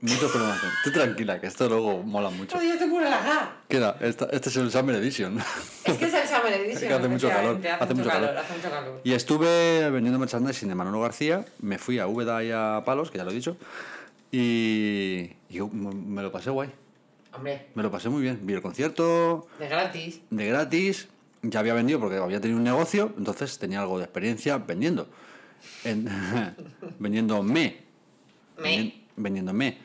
[SPEAKER 1] Muchos problemas técnicos. Tú tranquila, que esto luego mola mucho.
[SPEAKER 2] Pero yo te cura la cara.
[SPEAKER 1] Queda, esta- este es el Summer Edition.
[SPEAKER 2] Es que es el Summer Summer Edition.
[SPEAKER 1] que hace mucho calor,
[SPEAKER 2] efectivamente, Hace, mucho calor, hace mucho calor.
[SPEAKER 1] Y estuve vendiendo merchandising de Manolo García, me fui a Úbeda y a Palos, que ya lo he dicho, y, y me me lo pasé guay,
[SPEAKER 2] Hombre,
[SPEAKER 1] me lo pasé muy bien. Vi el concierto
[SPEAKER 2] de gratis.
[SPEAKER 1] de gratis, ya había vendido porque había tenido un negocio, entonces tenía algo de experiencia vendiendo. En- vendiéndome.
[SPEAKER 2] Me.
[SPEAKER 1] Vendi- Vendiéndome.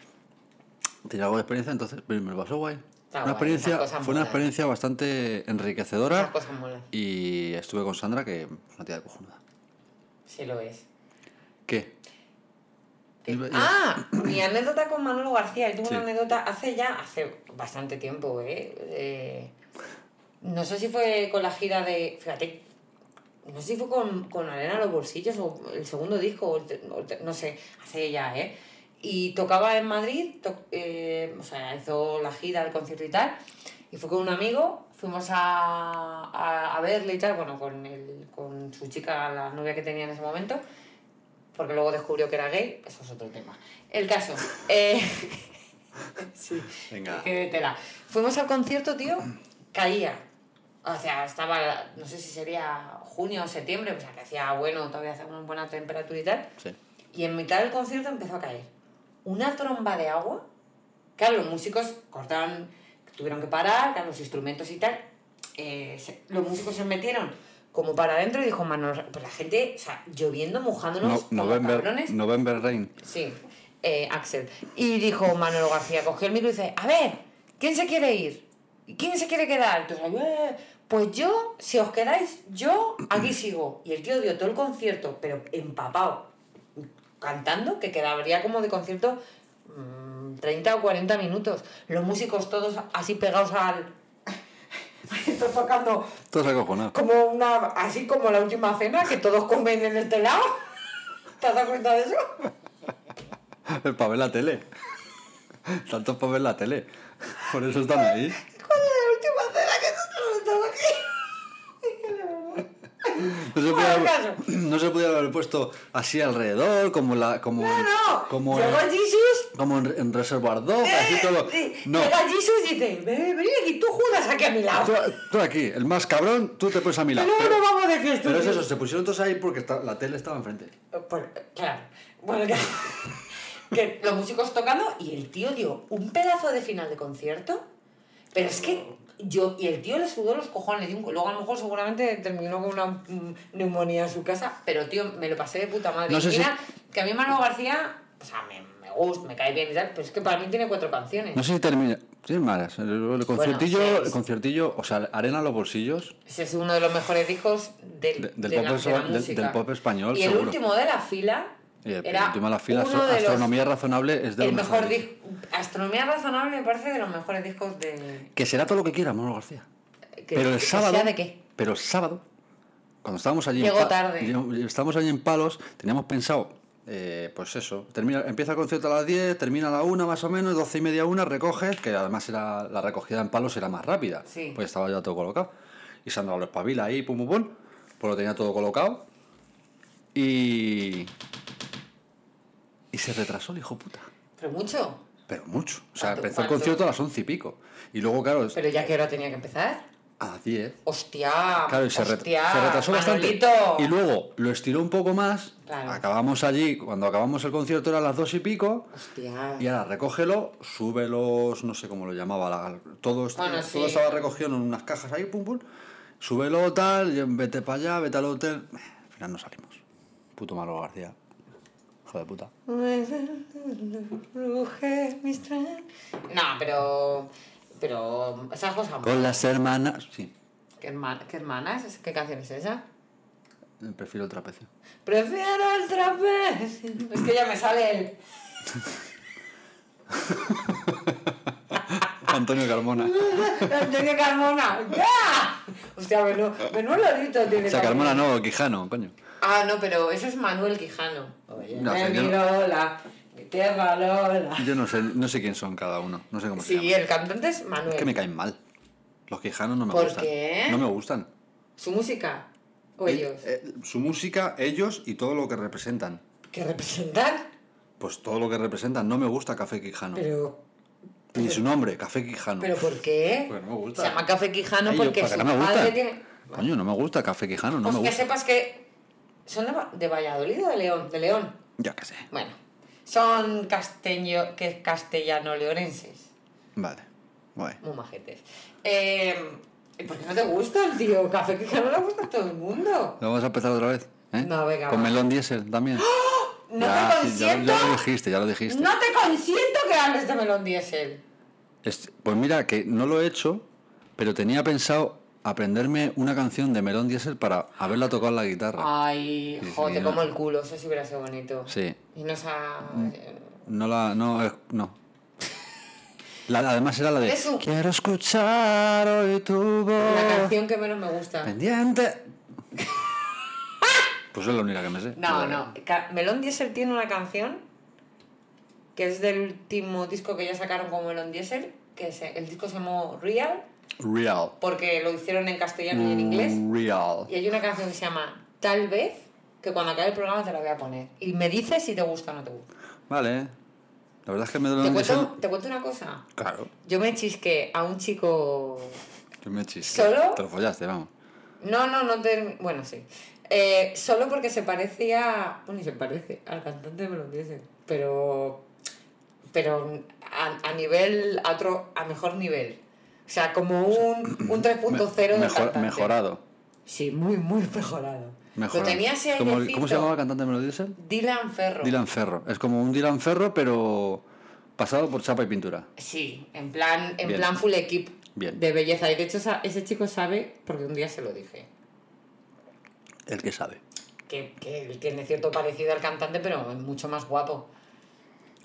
[SPEAKER 1] Tenía algo de experiencia, entonces me lo pasó guay.
[SPEAKER 2] Está
[SPEAKER 1] una
[SPEAKER 2] guay,
[SPEAKER 1] experiencia,
[SPEAKER 2] esas cosas
[SPEAKER 1] fue una
[SPEAKER 2] molan.
[SPEAKER 1] experiencia bastante enriquecedora
[SPEAKER 2] Esas cosas molan.
[SPEAKER 1] y estuve con Sandra, que es una tía de cojonuda.
[SPEAKER 2] Sí lo es.
[SPEAKER 1] ¿Qué?
[SPEAKER 2] Que-
[SPEAKER 1] Iba- iba-
[SPEAKER 2] Ah, mi anécdota con Manolo García. Él tuvo
[SPEAKER 1] Sí.
[SPEAKER 2] una anécdota hace ya, hace bastante tiempo, ¿eh? Eh, No sé si fue con la gira de. Fíjate. No sé si fue con, con Arena a los Bolsillos o el segundo disco, o el te- o el te- no sé, hace ya, ¿eh? Y tocaba en Madrid, to- eh, o sea, hizo la gira, el concierto y tal. Y fue con un amigo, fuimos a, a, a verle y tal, bueno, con, el, con su chica, la novia que tenía en ese momento porque luego descubrió que era gay, eso es otro tema. El caso. eh, sí,
[SPEAKER 1] Venga.
[SPEAKER 2] que tela. Fuimos al concierto, tío, caía. O sea, estaba, no sé si sería junio o septiembre, o sea, que hacía bueno, todavía hacía una buena temperatura y tal.
[SPEAKER 1] Sí.
[SPEAKER 2] Y en mitad del concierto empezó a caer. Una tromba de agua. Claro, los músicos cortaron, tuvieron que parar, claro, los instrumentos y tal. Eh, se- los músicos se metieron como para adentro y dijo, Manolo, pues la gente, o sea, lloviendo, mojándonos,
[SPEAKER 1] No,
[SPEAKER 2] como
[SPEAKER 1] November,
[SPEAKER 2] cabrones.
[SPEAKER 1] November Rain.
[SPEAKER 2] Sí, eh, Axel. Y dijo Manolo García, cogió el micro y dice, a ver, ¿quién se quiere ir? ¿Y ¿Quién se quiere quedar? Entonces, "Eh, pues yo, si os quedáis, yo aquí sigo. Y el tío dio todo el concierto, pero empapado, cantando, que quedaría como de concierto mm, 30 o 40 minutos. Los músicos todos así pegados al... tocando
[SPEAKER 1] Todo se acojonado.
[SPEAKER 2] como una así como la última cena que todos comen en este lado ¿te has dado cuenta de eso?
[SPEAKER 1] Para ver la tele. Tanto para ver la tele. Por eso están ahí.
[SPEAKER 2] ¿Cuándo es la última cena que nosotros estamos aquí?
[SPEAKER 1] No se,
[SPEAKER 2] Bueno,
[SPEAKER 1] podía, no se podía haber puesto así alrededor, como la. Como,
[SPEAKER 2] No, no.
[SPEAKER 1] Como,
[SPEAKER 2] Llegó Jesus.
[SPEAKER 1] como en, en Reservoir Dogs, así todo.
[SPEAKER 2] sí,
[SPEAKER 1] No.
[SPEAKER 2] Llega Jesus y dice, "Ven, ven aquí, tú judas aquí a mi
[SPEAKER 1] Tú,
[SPEAKER 2] lado.
[SPEAKER 1] tú aquí, el más cabrón, tú te pones a mi
[SPEAKER 2] Y
[SPEAKER 1] lado.
[SPEAKER 2] luego nos
[SPEAKER 1] Pero,
[SPEAKER 2] vamos de fiesta.
[SPEAKER 1] pero es
[SPEAKER 2] tío".
[SPEAKER 1] eso, se pusieron todos ahí porque esta- la tele estaba enfrente.
[SPEAKER 2] Pues, claro. Bueno, que, que los músicos tocando y el tío dio un pedazo de final de concierto. Pero es que yo, y el tío le sudó los cojones. y un- luego a lo mejor seguramente terminó con una mm, neumonía en su casa. Pero tío, me lo pasé de puta madre.
[SPEAKER 1] No sé
[SPEAKER 2] Mira, que a mí Manolo García, o sea, me, me gusta, me cae bien y tal. Pero es que para mí tiene cuatro canciones.
[SPEAKER 1] No sé si termina. Sí, malas. El, el conciertillo,
[SPEAKER 2] sí.
[SPEAKER 1] el conciertillo, o sea, arena a los bolsillos.
[SPEAKER 2] Ese es uno de los mejores discos del,
[SPEAKER 1] De- del
[SPEAKER 2] de la-
[SPEAKER 1] pop
[SPEAKER 2] de la
[SPEAKER 1] espa- del-
[SPEAKER 2] música.
[SPEAKER 1] del pop español,
[SPEAKER 2] Y el
[SPEAKER 1] seguro.
[SPEAKER 2] último de la fila.
[SPEAKER 1] Y el,
[SPEAKER 2] era
[SPEAKER 1] último de la fila,
[SPEAKER 2] uno
[SPEAKER 1] astro-
[SPEAKER 2] de los-
[SPEAKER 1] astronomía razonable es de
[SPEAKER 2] el
[SPEAKER 1] lo
[SPEAKER 2] mejor
[SPEAKER 1] mejor.
[SPEAKER 2] disco. Astronomía Razonable me parece de los mejores discos de.
[SPEAKER 1] Que será todo lo que quiera, Manolo García.
[SPEAKER 2] que-
[SPEAKER 1] pero
[SPEAKER 2] que
[SPEAKER 1] el sábado.
[SPEAKER 2] sea de qué?
[SPEAKER 1] Pero el sábado, cuando estábamos allí.
[SPEAKER 2] Llegó
[SPEAKER 1] en Pa-
[SPEAKER 2] tarde.
[SPEAKER 1] llegó- Estábamos allí en Palos, teníamos pensado, eh, pues eso, termina, empieza el concierto a las 10, termina a la 1 más o menos, 12 y media, 1, recoges, que además era la recogida en Palos era más rápida,
[SPEAKER 2] Sí.
[SPEAKER 1] pues estaba ya todo colocado. Y Sandra lo espabila ahí, pum, pum, pum, pues lo tenía todo colocado. Y. Y se retrasó el hijo puta.
[SPEAKER 2] Pero mucho.
[SPEAKER 1] Pero mucho. O sea,
[SPEAKER 2] ¿Cuánto-
[SPEAKER 1] empezó el
[SPEAKER 2] cuánto?
[SPEAKER 1] concierto a las once y pico. Y luego, claro,
[SPEAKER 2] Pero ya que ahora tenía que empezar.
[SPEAKER 1] a las 10.
[SPEAKER 2] Hostia.
[SPEAKER 1] Claro, y se, re-
[SPEAKER 2] hostia,
[SPEAKER 1] se retrasó bastante.
[SPEAKER 2] Manolito.
[SPEAKER 1] Y luego lo estiró un poco más.
[SPEAKER 2] Claro.
[SPEAKER 1] Acabamos allí, cuando acabamos el concierto era las dos y pico.
[SPEAKER 2] Hostia.
[SPEAKER 1] Y ahora recógelo, súbelos, no sé cómo lo llamaba, la- todo, est-
[SPEAKER 2] Bueno,
[SPEAKER 1] todo
[SPEAKER 2] sí.
[SPEAKER 1] estaba recogido en unas cajas ahí, pum, pum. Súbelo tal, y vete para allá, vete al hotel. Al final no salimos. Puto malo García. Hijo de puta.
[SPEAKER 2] No, pero. Pero. Esas cosas.
[SPEAKER 1] Con las hermanas. Sí,
[SPEAKER 2] ¿Qué, herma- qué hermanas? ¿Qué canción es esa?
[SPEAKER 1] prefiero el trapecio.
[SPEAKER 2] Prefiero el trapecio. Es que ya me sale el.
[SPEAKER 1] Antonio Carmona.
[SPEAKER 2] Antonio Carmona. ¡Ya! Hostia, menú, menú lorito tiene.
[SPEAKER 1] O sea,
[SPEAKER 2] también.
[SPEAKER 1] Carmona no, Quijano, coño.
[SPEAKER 2] Ah, no, pero ese es Manuel Quijano. Oye,
[SPEAKER 1] No sé,
[SPEAKER 2] mi
[SPEAKER 1] yo no-
[SPEAKER 2] Lola, mi tierra Lola.
[SPEAKER 1] Yo no sé, no sé quién son cada uno. No sé cómo se
[SPEAKER 2] Sí,
[SPEAKER 1] llaman.
[SPEAKER 2] el cantante es Manuel.
[SPEAKER 1] Es que me caen mal. Los quijanos no me
[SPEAKER 2] ¿Por
[SPEAKER 1] gustan.
[SPEAKER 2] qué?
[SPEAKER 1] No me gustan.
[SPEAKER 2] Su música. O ellos.
[SPEAKER 1] Eh, eh, su música, ellos y todo lo que representan.
[SPEAKER 2] ¿Qué representan?
[SPEAKER 1] Pues todo lo que representan. No me gusta Café Quijano.
[SPEAKER 2] Pero.
[SPEAKER 1] Ni su nombre, Café Quijano.
[SPEAKER 2] ¿Pero por qué?
[SPEAKER 1] Porque Pues no me gusta.
[SPEAKER 2] Se llama Café Quijano
[SPEAKER 1] Ay, yo,
[SPEAKER 2] porque
[SPEAKER 1] porque
[SPEAKER 2] su
[SPEAKER 1] no me gusta.
[SPEAKER 2] padre tiene.
[SPEAKER 1] Coño, no me gusta Café Quijano, no
[SPEAKER 2] pues
[SPEAKER 1] me
[SPEAKER 2] que
[SPEAKER 1] gusta.
[SPEAKER 2] sepas que son de, Va- de Valladolid o de León, de León.
[SPEAKER 1] Ya que sé.
[SPEAKER 2] Bueno, son castello, que castellano-leonenses,
[SPEAKER 1] Vale. Guay.
[SPEAKER 2] muy majetes. Eh, ¿y ¿Por qué no te gusta el tío? Café Quijano le gusta a todo el mundo.
[SPEAKER 1] ¿Lo vamos a empezar otra vez? ¿eh?
[SPEAKER 2] No, venga,
[SPEAKER 1] Con
[SPEAKER 2] va. ¡Ah!
[SPEAKER 1] melón diésel también.
[SPEAKER 2] No
[SPEAKER 1] Ya,
[SPEAKER 2] te
[SPEAKER 1] sí, ya,
[SPEAKER 2] consiento.
[SPEAKER 1] ya lo dijiste, ya lo dijiste.
[SPEAKER 2] No te consiento que hables de melón diésel.
[SPEAKER 1] Este- pues mira, que no lo he hecho, pero tenía pensado aprenderme una canción de Melón Diesel para haberla tocado en la
[SPEAKER 2] Ah.
[SPEAKER 1] guitarra.
[SPEAKER 2] Ay,
[SPEAKER 1] Ah. Sí,
[SPEAKER 2] joder,
[SPEAKER 1] sí, no.
[SPEAKER 2] como el culo, eso sí hubiera sido bonito.
[SPEAKER 1] Sí.
[SPEAKER 2] Y no se ha...
[SPEAKER 1] No la. No. eh, no. La- además era la de.
[SPEAKER 2] Es un-
[SPEAKER 1] Quiero escuchar hoy tu
[SPEAKER 2] La
[SPEAKER 1] voz.
[SPEAKER 2] canción que menos me gusta.
[SPEAKER 1] Pendiente. pues es la única que me sé.
[SPEAKER 2] No, no. Ca- Melón Diesel tiene una canción que es del último disco que ya sacaron con Melón Diesel, que se- el disco se llamó Real,
[SPEAKER 1] Real.
[SPEAKER 2] porque lo hicieron en castellano
[SPEAKER 1] Mm.
[SPEAKER 2] y en inglés.
[SPEAKER 1] Real.
[SPEAKER 2] Y hay una canción que se llama Tal vez, que cuando acabe el programa te la voy a poner. Y me dices si te gusta o no te gusta.
[SPEAKER 1] Vale. La verdad es que me
[SPEAKER 2] ¿Te
[SPEAKER 1] Melón Diesel.
[SPEAKER 2] cuento, te cuento una cosa.
[SPEAKER 1] Claro.
[SPEAKER 2] Yo me chisqué a un chico...
[SPEAKER 1] Yo me chiste.
[SPEAKER 2] ¿Solo?
[SPEAKER 1] Te lo follaste, vamos.
[SPEAKER 2] No, no, no te... Bueno, sí. Eh, solo porque se parecía... Bueno, y se parece al cantante de Melón Diesel, pero... Pero a, a nivel... A, otro, a mejor nivel. O sea, como un,
[SPEAKER 1] Me-
[SPEAKER 2] un 3.0 de
[SPEAKER 1] mejor-
[SPEAKER 2] cantante.
[SPEAKER 1] Mejorado.
[SPEAKER 2] Sí, muy, muy mejorado.
[SPEAKER 1] Mejorado.
[SPEAKER 2] Lo tenía ese
[SPEAKER 1] ¿Cómo,
[SPEAKER 2] airecito.
[SPEAKER 1] ¿Cómo se llamaba el cantante de Melón Diesel?
[SPEAKER 2] Dylan Ferro.
[SPEAKER 1] Dylan Ferro. Es como un Dylan Ferro, pero pasado por chapa y pintura.
[SPEAKER 2] Sí, en plan, en
[SPEAKER 1] Bien.
[SPEAKER 2] plan full equip
[SPEAKER 1] Bien.
[SPEAKER 2] de belleza. Y de hecho esa- ese chico sabe, porque un día se lo dije,
[SPEAKER 1] El que sabe.
[SPEAKER 2] que, que él tiene cierto parecido al cantante, pero es mucho más guapo.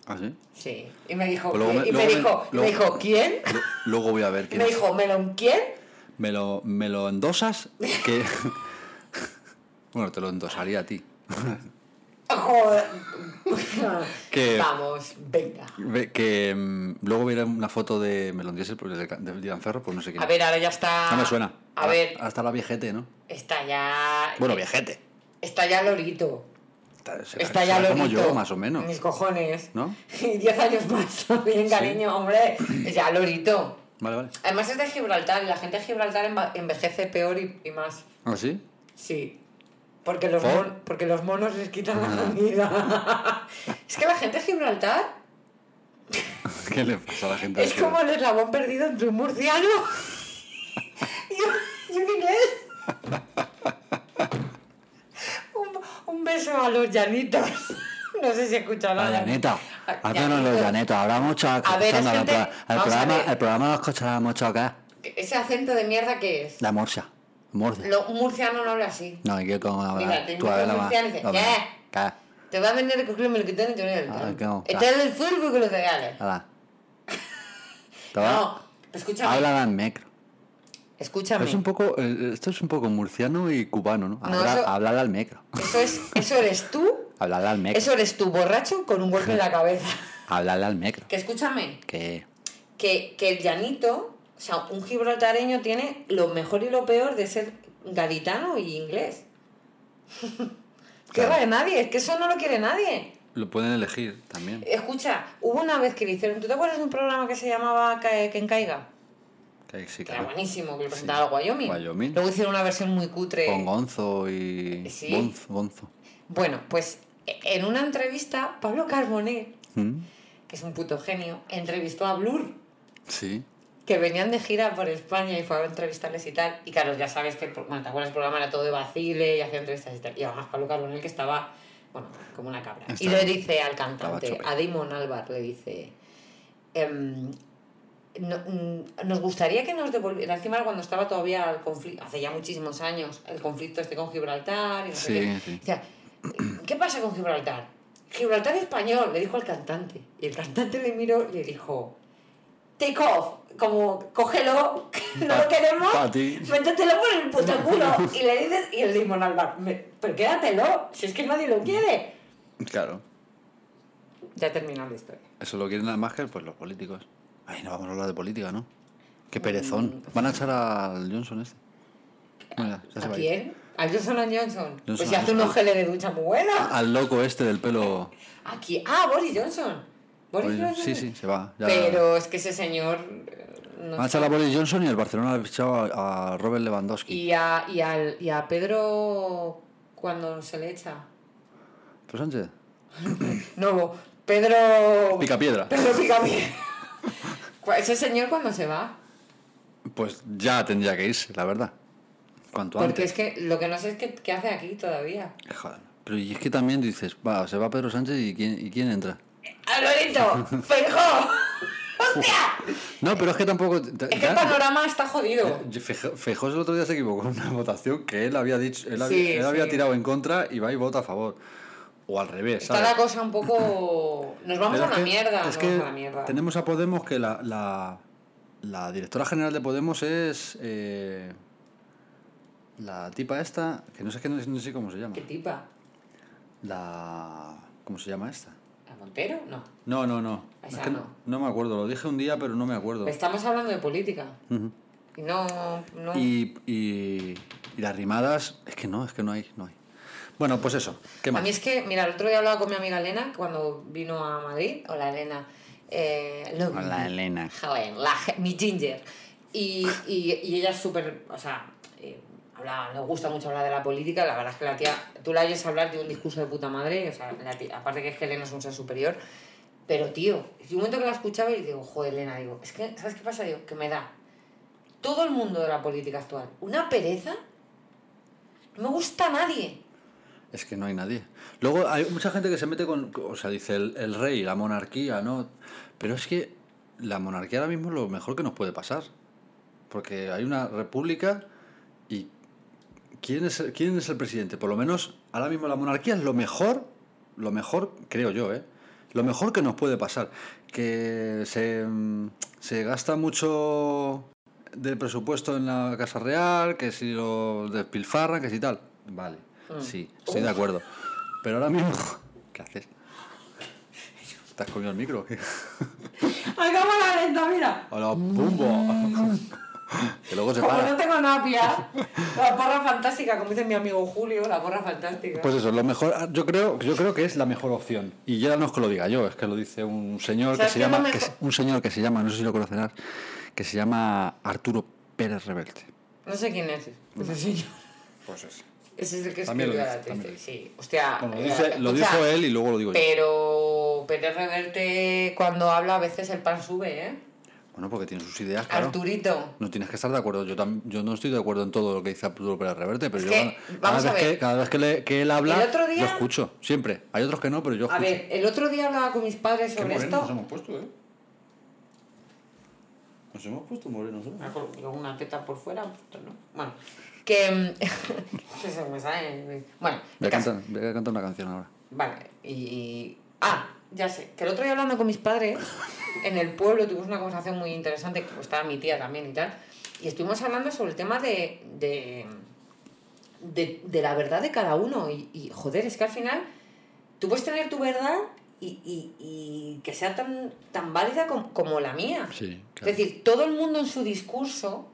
[SPEAKER 1] ¿Ah, sí?
[SPEAKER 2] Sí. Y me dijo,
[SPEAKER 1] Pues luego
[SPEAKER 2] ¿quién?
[SPEAKER 1] me-
[SPEAKER 2] y me
[SPEAKER 1] luego me-
[SPEAKER 2] dijo, me
[SPEAKER 1] luego-
[SPEAKER 2] dijo, ¿quién?
[SPEAKER 1] Lu- Luego voy a ver quién
[SPEAKER 2] Me
[SPEAKER 1] es.
[SPEAKER 2] dijo, ¿Melon quién?
[SPEAKER 1] ¿Me lo, me lo endosas? Que... bueno, te lo endosaría a ti.
[SPEAKER 2] Joder.
[SPEAKER 1] Que-
[SPEAKER 2] Vamos, venga.
[SPEAKER 1] Ve- Que mm, luego veré una foto de Melon Diesel, porque de, de Dylan Ferro, pues no sé quién.
[SPEAKER 2] A
[SPEAKER 1] es.
[SPEAKER 2] ver, ahora ya está.
[SPEAKER 1] no me suena.
[SPEAKER 2] A ver,
[SPEAKER 1] Hasta la viejete, ¿no?
[SPEAKER 2] está ya.
[SPEAKER 1] Bueno, viejete.
[SPEAKER 2] Está ya Lorito.
[SPEAKER 1] Está, será-
[SPEAKER 2] Está ya
[SPEAKER 1] será
[SPEAKER 2] Lorito.
[SPEAKER 1] como yo, más o menos.
[SPEAKER 2] Mis cojones.
[SPEAKER 1] ¿No?
[SPEAKER 2] Y 10 años más también, cariño, hombre. Ya Lorito.
[SPEAKER 1] Vale, vale.
[SPEAKER 2] Además es de Gibraltar y la gente de Gibraltar enva- envejece peor y, y más.
[SPEAKER 1] ¿Ah, sí?
[SPEAKER 2] Sí. Porque los,
[SPEAKER 1] ¿Por? Ah.
[SPEAKER 2] mon- porque los monos les quitan la comida. es que la gente de Gibraltar
[SPEAKER 1] ¿Qué le pasa a la gente? de
[SPEAKER 2] es
[SPEAKER 1] Gibraltar?
[SPEAKER 2] como el eslabón perdido entre un murciano y un, y un inglés. un, un beso a los llanitos. No sé si escucharán.
[SPEAKER 1] La Janeta,
[SPEAKER 2] Ah,
[SPEAKER 1] háblanos los
[SPEAKER 2] Llanito.
[SPEAKER 1] Janeta, habrá mucho
[SPEAKER 2] A ver,
[SPEAKER 1] escuchando
[SPEAKER 2] es gente-
[SPEAKER 1] el, pro- el
[SPEAKER 2] vamos a
[SPEAKER 1] programa,
[SPEAKER 2] ver.
[SPEAKER 1] el programa lo escuchará mucho acá,
[SPEAKER 2] Ese acento de mierda que es.
[SPEAKER 1] la morsa, morsa.
[SPEAKER 2] Lo- un murciano no habla así.
[SPEAKER 1] No, y que como habla,
[SPEAKER 2] Mira, te
[SPEAKER 1] tú
[SPEAKER 2] invito a
[SPEAKER 1] habla más.
[SPEAKER 2] Murcia y dices,
[SPEAKER 1] habla más.
[SPEAKER 2] ¿qué?
[SPEAKER 1] Ca,
[SPEAKER 2] Te va a vender el culo, me lo quitan y te voy a
[SPEAKER 1] Ah,
[SPEAKER 2] dar.
[SPEAKER 1] ¿cómo?
[SPEAKER 2] Está el del fútbol que lo regales.
[SPEAKER 1] habla. Toma,
[SPEAKER 2] No, escúchame.
[SPEAKER 1] Habla al micro.
[SPEAKER 2] Escúchame.
[SPEAKER 1] Es un poco, eh, esto es un poco murciano y cubano, ¿no? Habla,
[SPEAKER 2] eso-
[SPEAKER 1] Hablar al micro,
[SPEAKER 2] Eso, es, eso eres tú.
[SPEAKER 1] hablar al micro,
[SPEAKER 2] Eso eres tú, borracho, con un golpe en la cabeza.
[SPEAKER 1] hablar al micro.
[SPEAKER 2] Que escúchame,
[SPEAKER 1] Que
[SPEAKER 2] que, que el llanito, o sea, un gibraltareño tiene lo mejor y lo peor de ser gaditano y inglés. ¿Qué
[SPEAKER 1] Claro.
[SPEAKER 2] va de nadie? Es que eso no lo quiere nadie.
[SPEAKER 1] lo pueden elegir también,
[SPEAKER 2] Escucha, hubo una vez que le hicieron, ¿tú te acuerdas de un programa que se llamaba Cae- Quien Caiga?
[SPEAKER 1] que ahí sí,
[SPEAKER 2] Que era
[SPEAKER 1] claro.
[SPEAKER 2] buenísimo, que lo presentaba Wyoming.
[SPEAKER 1] Wyoming.
[SPEAKER 2] Luego hicieron una versión muy cutre.
[SPEAKER 1] Con Gonzo y
[SPEAKER 2] Sí.
[SPEAKER 1] Bonzo. Bonzo.
[SPEAKER 2] Bueno, pues e- en una entrevista, Pablo Carboné,
[SPEAKER 1] ¿Mm?
[SPEAKER 2] que es un puto genio, entrevistó a Blur,
[SPEAKER 1] Sí.
[SPEAKER 2] que venían de gira por España y fue a entrevistarles y tal. Y claro, ya sabes que, bueno, te acuerdas el programa era todo de vacile y hacía entrevistas y tal. Y además Pablo Carbonell que estaba, bueno, como una cabra. y
[SPEAKER 1] Estaba-
[SPEAKER 2] le dice al
[SPEAKER 1] estaba
[SPEAKER 2] cantante,
[SPEAKER 1] chope.
[SPEAKER 2] a Damon Albar, le dice... em, no- mm, nos gustaría que nos devolviera encima era cuando estaba todavía el conflicto hace ya muchísimos años el conflicto este con Gibraltar y no sé
[SPEAKER 1] Sí,
[SPEAKER 2] qué.
[SPEAKER 1] sí.
[SPEAKER 2] O sea, ¿qué pasa con Gibraltar? Gibraltar español, le dijo al cantante. Y el cantante le miró y le dijo, take off, como cógelo, que no lo
[SPEAKER 1] Pa-
[SPEAKER 2] queremos,
[SPEAKER 1] pa' ti.
[SPEAKER 2] métetelo por el puto culo. Y le dices, y el limón al bar, "Me- pero quédatelo, si es que nadie lo quiere.
[SPEAKER 1] Claro.
[SPEAKER 2] Ya terminó la historia.
[SPEAKER 1] Eso lo quieren además que pues los políticos. Ay, no vamos a hablar de política, ¿no?
[SPEAKER 2] Mm,
[SPEAKER 1] Qué perezón.
[SPEAKER 2] pues
[SPEAKER 1] Van a echar al Johnson este. Bueno, ya se
[SPEAKER 2] ¿A
[SPEAKER 1] va a ir.
[SPEAKER 2] quién? ¿Al Johnson Johnson?
[SPEAKER 1] Johnson
[SPEAKER 2] Pues si hace
[SPEAKER 1] Johnson.
[SPEAKER 2] unos geles de ducha muy buenos.
[SPEAKER 1] Al loco este del pelo.
[SPEAKER 2] ¿A quién? Ah, Boris Johnson. Boris
[SPEAKER 1] Oye,
[SPEAKER 2] Johnson.
[SPEAKER 1] Sí, sí, se va. ya-
[SPEAKER 2] Pero es que ese señor eh, no
[SPEAKER 1] Han echado a Boris Johnson y el Barcelona ha echado a, a Robert Lewandowski.
[SPEAKER 2] Y a, y, al, y a Pedro cuando se le echa.
[SPEAKER 1] ¿Pero Sánchez?
[SPEAKER 2] No, Pedro.
[SPEAKER 1] Picapiedra.
[SPEAKER 2] Pedro Picapiedra. Ese señor cuando se va.
[SPEAKER 1] Pues ya tendría que irse, la verdad. Cuanto
[SPEAKER 2] Porque
[SPEAKER 1] antes.
[SPEAKER 2] es que lo que no sé es qué, qué hace aquí todavía.
[SPEAKER 1] Joder. Pero y es que también dices, va, se va Pedro Sánchez y quién, y quién entra.
[SPEAKER 2] ¡Alvarito! ¡Feijó! ¡Hostia!
[SPEAKER 1] No, pero es que tampoco.
[SPEAKER 2] Es que el panorama está jodido.
[SPEAKER 1] Eh, Fejós el otro día se equivocó en una votación que él había dicho, él, hab-
[SPEAKER 2] Sí,
[SPEAKER 1] él había
[SPEAKER 2] sí.
[SPEAKER 1] tirado en contra y va y vota a favor. O al revés,
[SPEAKER 2] Está
[SPEAKER 1] ¿sabes?
[SPEAKER 2] la cosa un poco. Nos vamos
[SPEAKER 1] Pero
[SPEAKER 2] a la
[SPEAKER 1] es que-
[SPEAKER 2] mierda.
[SPEAKER 1] es
[SPEAKER 2] Nos
[SPEAKER 1] que
[SPEAKER 2] vamos a la mierda.
[SPEAKER 1] Tenemos a Podemos que la, la, la directora general de Podemos es eh, la tipa esta, que no sé, que no, no sé cómo se llama.
[SPEAKER 2] ¿Qué tipa?
[SPEAKER 1] La... ¿Cómo se llama esta?
[SPEAKER 2] ¿A Montero? No.
[SPEAKER 1] No, no, no.
[SPEAKER 2] Esa
[SPEAKER 1] que
[SPEAKER 2] no.
[SPEAKER 1] no me acuerdo, lo dije un día, pero no me acuerdo.
[SPEAKER 2] Estamos hablando de política.
[SPEAKER 1] Ujú.
[SPEAKER 2] Y no. no...
[SPEAKER 1] Y, y, y las rimadas, es que no, es que no hay, no hay. Bueno, pues eso, ¿qué
[SPEAKER 2] A mí
[SPEAKER 1] más?
[SPEAKER 2] es que, mira, el otro día hablaba con mi amiga Elena cuando vino a Madrid. Hola, Elena. Eh, lo-
[SPEAKER 1] Hola, Elena.
[SPEAKER 2] Joder, la ge- mi ginger. Y, y- y ella es súper, o sea, eh, habla, le gusta mucho hablar de la política. La verdad es que la tía, tú la oyes hablar de un discurso de puta madre. O sea, la tía- aparte que es que Elena es un ser superior. Pero, tío, es un momento que la escuchaba y digo, joder, Elena, digo, es que, ¿sabes qué pasa? Digo, que me da todo el mundo de la política actual una pereza. No me gusta a nadie.
[SPEAKER 1] Es que no hay nadie. Luego hay mucha gente que se mete con, o sea, dice el, el rey, la monarquía, ¿no? Pero es que la monarquía ahora mismo es lo mejor que nos puede pasar. Porque hay una república y ¿quién es, el- quién es el presidente? Por lo menos ahora mismo la monarquía es lo mejor, lo mejor, creo yo, ¿eh? Lo mejor que nos puede pasar. Que se, mm, se gasta mucho del presupuesto en la Casa Real, que si lo despilfarran, que si tal. Vale, sí, estoy de acuerdo. Pero ahora mismo, ¿qué haces? ¿Te has comido el micro? o qué?
[SPEAKER 2] ¡Ay, cámara lenta, mira!
[SPEAKER 1] ¡Hola, pumbo! que luego se
[SPEAKER 2] Como no
[SPEAKER 1] para.
[SPEAKER 2] tengo napia, la porra fantástica, como dice mi amigo Julio, la porra fantástica.
[SPEAKER 1] Pues eso, lo mejor, yo creo, yo creo que es la mejor opción. Y ya no es que lo diga yo, es que lo dice un señor que
[SPEAKER 2] ¿Sabes
[SPEAKER 1] se
[SPEAKER 2] qué es lo
[SPEAKER 1] llama, que
[SPEAKER 2] mejor?
[SPEAKER 1] se- un señor que se llama, no sé si lo conocerás, que se llama Arturo Pérez Reverte.
[SPEAKER 2] no sé quién es ese señor.
[SPEAKER 1] Pues es.
[SPEAKER 2] Ese es el que
[SPEAKER 1] También lo
[SPEAKER 2] escribió la
[SPEAKER 1] dice,
[SPEAKER 2] triste.
[SPEAKER 1] también.
[SPEAKER 2] Sí, hostia.
[SPEAKER 1] Bueno, lo,
[SPEAKER 2] eh,
[SPEAKER 1] dice- lo
[SPEAKER 2] escucha,
[SPEAKER 1] dijo él y luego lo digo yo.
[SPEAKER 2] Pero Pérez Reverte, cuando habla, a veces el pan sube, ¿eh?
[SPEAKER 1] Bueno, porque tiene sus ideas, claro.
[SPEAKER 2] Arturito.
[SPEAKER 1] No tienes que estar de acuerdo. Yo, tam- yo no estoy de acuerdo en todo lo que dice Arturo Pérez Reverte, pero
[SPEAKER 2] Es
[SPEAKER 1] yo
[SPEAKER 2] que,
[SPEAKER 1] cada- cada,
[SPEAKER 2] vamos a
[SPEAKER 1] vez,
[SPEAKER 2] ver.
[SPEAKER 1] que, cada vez que, le- que él habla,
[SPEAKER 2] El otro día-
[SPEAKER 1] yo escucho, siempre. Hay otros que no, pero yo
[SPEAKER 2] A
[SPEAKER 1] escucho.
[SPEAKER 2] ver, el otro día hablaba con mis padres sobre esto.
[SPEAKER 1] hemos puesto, ¿eh? Nos hemos puesto morenos,
[SPEAKER 2] Me acuerdo, digo, una teta por fuera, pues, ¿no? Bueno, que. mm, que se me sale. Bueno,
[SPEAKER 1] Voy
[SPEAKER 2] el
[SPEAKER 1] a,
[SPEAKER 2] caso.
[SPEAKER 1] cantar, voy a cantar una canción ahora.
[SPEAKER 2] Vale, y... Ah, ya sé, que el otro día hablando con mis padres, en el pueblo tuvimos una conversación muy interesante, que estaba mi tía también y tal, y estuvimos hablando sobre el tema de... de, de, de la verdad de cada uno, y, y, joder, es que al final tú puedes tener tu verdad y, y- y que sea tan, tan válida com- como la mía.
[SPEAKER 1] Sí,
[SPEAKER 2] Es decir, todo el mundo en su discurso,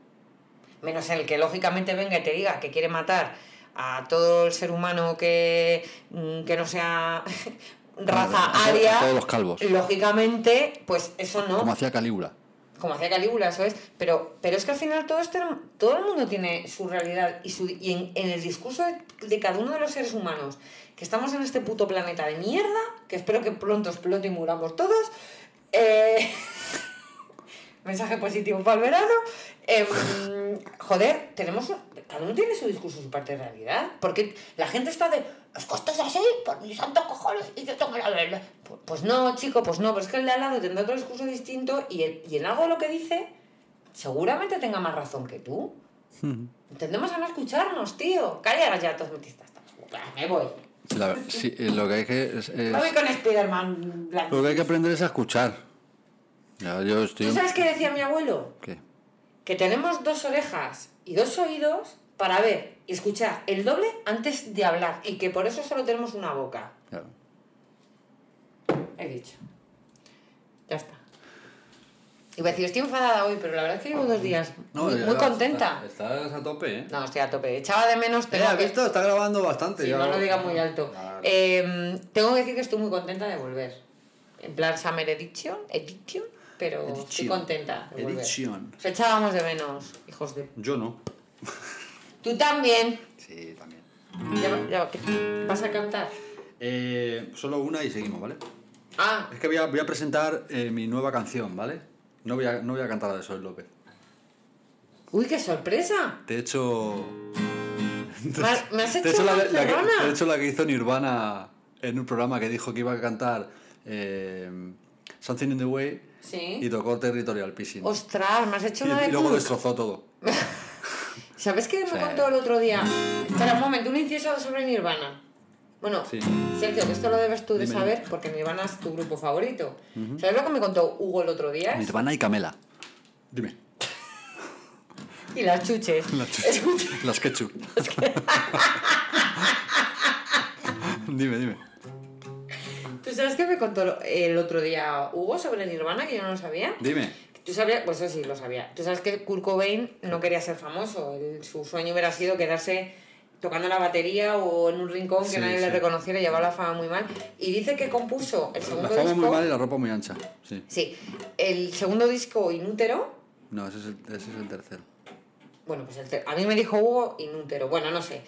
[SPEAKER 2] menos el que lógicamente venga y te diga que quiere matar a todo el ser humano que, mm, que no sea raza
[SPEAKER 1] Todos
[SPEAKER 2] aria,
[SPEAKER 1] los calvos.
[SPEAKER 2] lógicamente, pues eso
[SPEAKER 1] Como
[SPEAKER 2] no,
[SPEAKER 1] hacía Calígula.
[SPEAKER 2] como hacía Calígula, eso es, pero, pero es que al final todo, este, todo el mundo tiene su realidad y, su, y en, en el discurso de, de cada uno de los seres humanos que estamos en este puto planeta de mierda, que espero que pronto explote y muramos todos, eh, mensaje positivo para el verano. Em, joder, tenemos un- cada uno tiene su discurso, su parte de realidad. Porque la gente está de, los costos así, por mis santos cojones, y yo tengo la verdad. Pu- Pues no, chico, pues no, pero es que el de al lado tendrá otro discurso distinto y, el- y en algo de lo que dice, seguramente tenga más razón que tú. Entendemos a no escucharnos, tío. Calla ya, todos metistas. Me voy.
[SPEAKER 1] La- sí, eh, lo que hay que es- es-
[SPEAKER 2] Me voy con Spiderman blanco.
[SPEAKER 1] lo que hay que aprender es a escuchar. Ya, yo estoy.
[SPEAKER 2] ¿Tú sabes qué decía mi abuelo?
[SPEAKER 1] ¿Qué?
[SPEAKER 2] que tenemos dos orejas y dos oídos para ver y escuchar el doble antes de hablar y que por eso solo tenemos una boca.
[SPEAKER 1] Claro.
[SPEAKER 2] He dicho. Ya está. Iba a decir, estoy enfadada hoy, pero la verdad es que llevo dos días
[SPEAKER 1] No,
[SPEAKER 2] muy,
[SPEAKER 1] ya
[SPEAKER 2] muy
[SPEAKER 1] vas,
[SPEAKER 2] contenta.
[SPEAKER 1] Estás, a tope, ¿eh?
[SPEAKER 2] No, estoy a tope. Echaba de menos...
[SPEAKER 1] Eh,
[SPEAKER 2] tengo
[SPEAKER 1] ¿has
[SPEAKER 2] que-
[SPEAKER 1] visto? Está grabando bastante.
[SPEAKER 2] Sí,
[SPEAKER 1] ya.
[SPEAKER 2] no lo diga muy alto. Em,
[SPEAKER 1] Claro.
[SPEAKER 2] Eh, tengo que decir que estoy muy contenta de volver. En plan Summer Edition, Edition pero estoy
[SPEAKER 1] Edición.
[SPEAKER 2] contenta. de volver.
[SPEAKER 1] Edición.
[SPEAKER 2] Os echábamos de menos, hijos de...
[SPEAKER 1] Yo no.
[SPEAKER 2] Tú también.
[SPEAKER 1] Sí, también.
[SPEAKER 2] Ya va- ya va, ¿qué- ¿Vas a cantar?
[SPEAKER 1] Eh, solo una y seguimos, ¿vale?
[SPEAKER 2] Ah,
[SPEAKER 1] Es que voy a, voy a presentar eh, mi nueva canción, ¿vale? No voy, a, no voy a cantar la de Sol López.
[SPEAKER 2] uy, qué sorpresa.
[SPEAKER 1] Te he hecho.
[SPEAKER 2] Mar- me has
[SPEAKER 1] te he
[SPEAKER 2] hecho
[SPEAKER 1] la,
[SPEAKER 2] una
[SPEAKER 1] de- la que,
[SPEAKER 2] encerrona.
[SPEAKER 1] te he hecho la que hizo Nirvana en un programa que dijo que iba a cantar eh, Something in the Way
[SPEAKER 2] Sí.
[SPEAKER 1] y tocó Territorial Pissing.
[SPEAKER 2] Ostras, me has hecho una
[SPEAKER 1] y,
[SPEAKER 2] de
[SPEAKER 1] y luego
[SPEAKER 2] Kurt.
[SPEAKER 1] destrozó todo.
[SPEAKER 2] ¿Sabes qué me
[SPEAKER 1] Sí.
[SPEAKER 2] contó el otro día? Espera un momento, un inciso sobre Nirvana. Bueno,
[SPEAKER 1] Sí.
[SPEAKER 2] Sergio, que esto lo debes tú de
[SPEAKER 1] Dime,
[SPEAKER 2] saber porque Nirvana es tu grupo favorito. ¿Sabes lo que me contó Hugo el otro día?
[SPEAKER 1] Nirvana y Camela. Dime,
[SPEAKER 2] Y las chuches.
[SPEAKER 1] Las chuches.
[SPEAKER 2] Escucha,
[SPEAKER 1] las Ketchup. dime, dime.
[SPEAKER 2] ¿Tú sabes qué me contó el otro día Hugo sobre Nirvana que yo no lo sabía?
[SPEAKER 1] Dime.
[SPEAKER 2] Tú sabías, pues eso sí lo sabía. Tú sabes que Kurt Cobain no quería ser famoso. Él- su sueño hubiera sido quedarse tocando la batería o en un rincón que
[SPEAKER 1] Sí,
[SPEAKER 2] nadie le
[SPEAKER 1] sí.
[SPEAKER 2] reconociera y llevaba la fama muy mal. Y dice que compuso el segundo
[SPEAKER 1] La fama
[SPEAKER 2] disco.
[SPEAKER 1] muy mal y la ropa muy ancha. Sí.
[SPEAKER 2] Sí, el segundo disco Inútero.
[SPEAKER 1] No, ese es el, ese es el tercero.
[SPEAKER 2] Bueno, pues el ter- a mí me dijo Hugo Inútero. Bueno, no sé.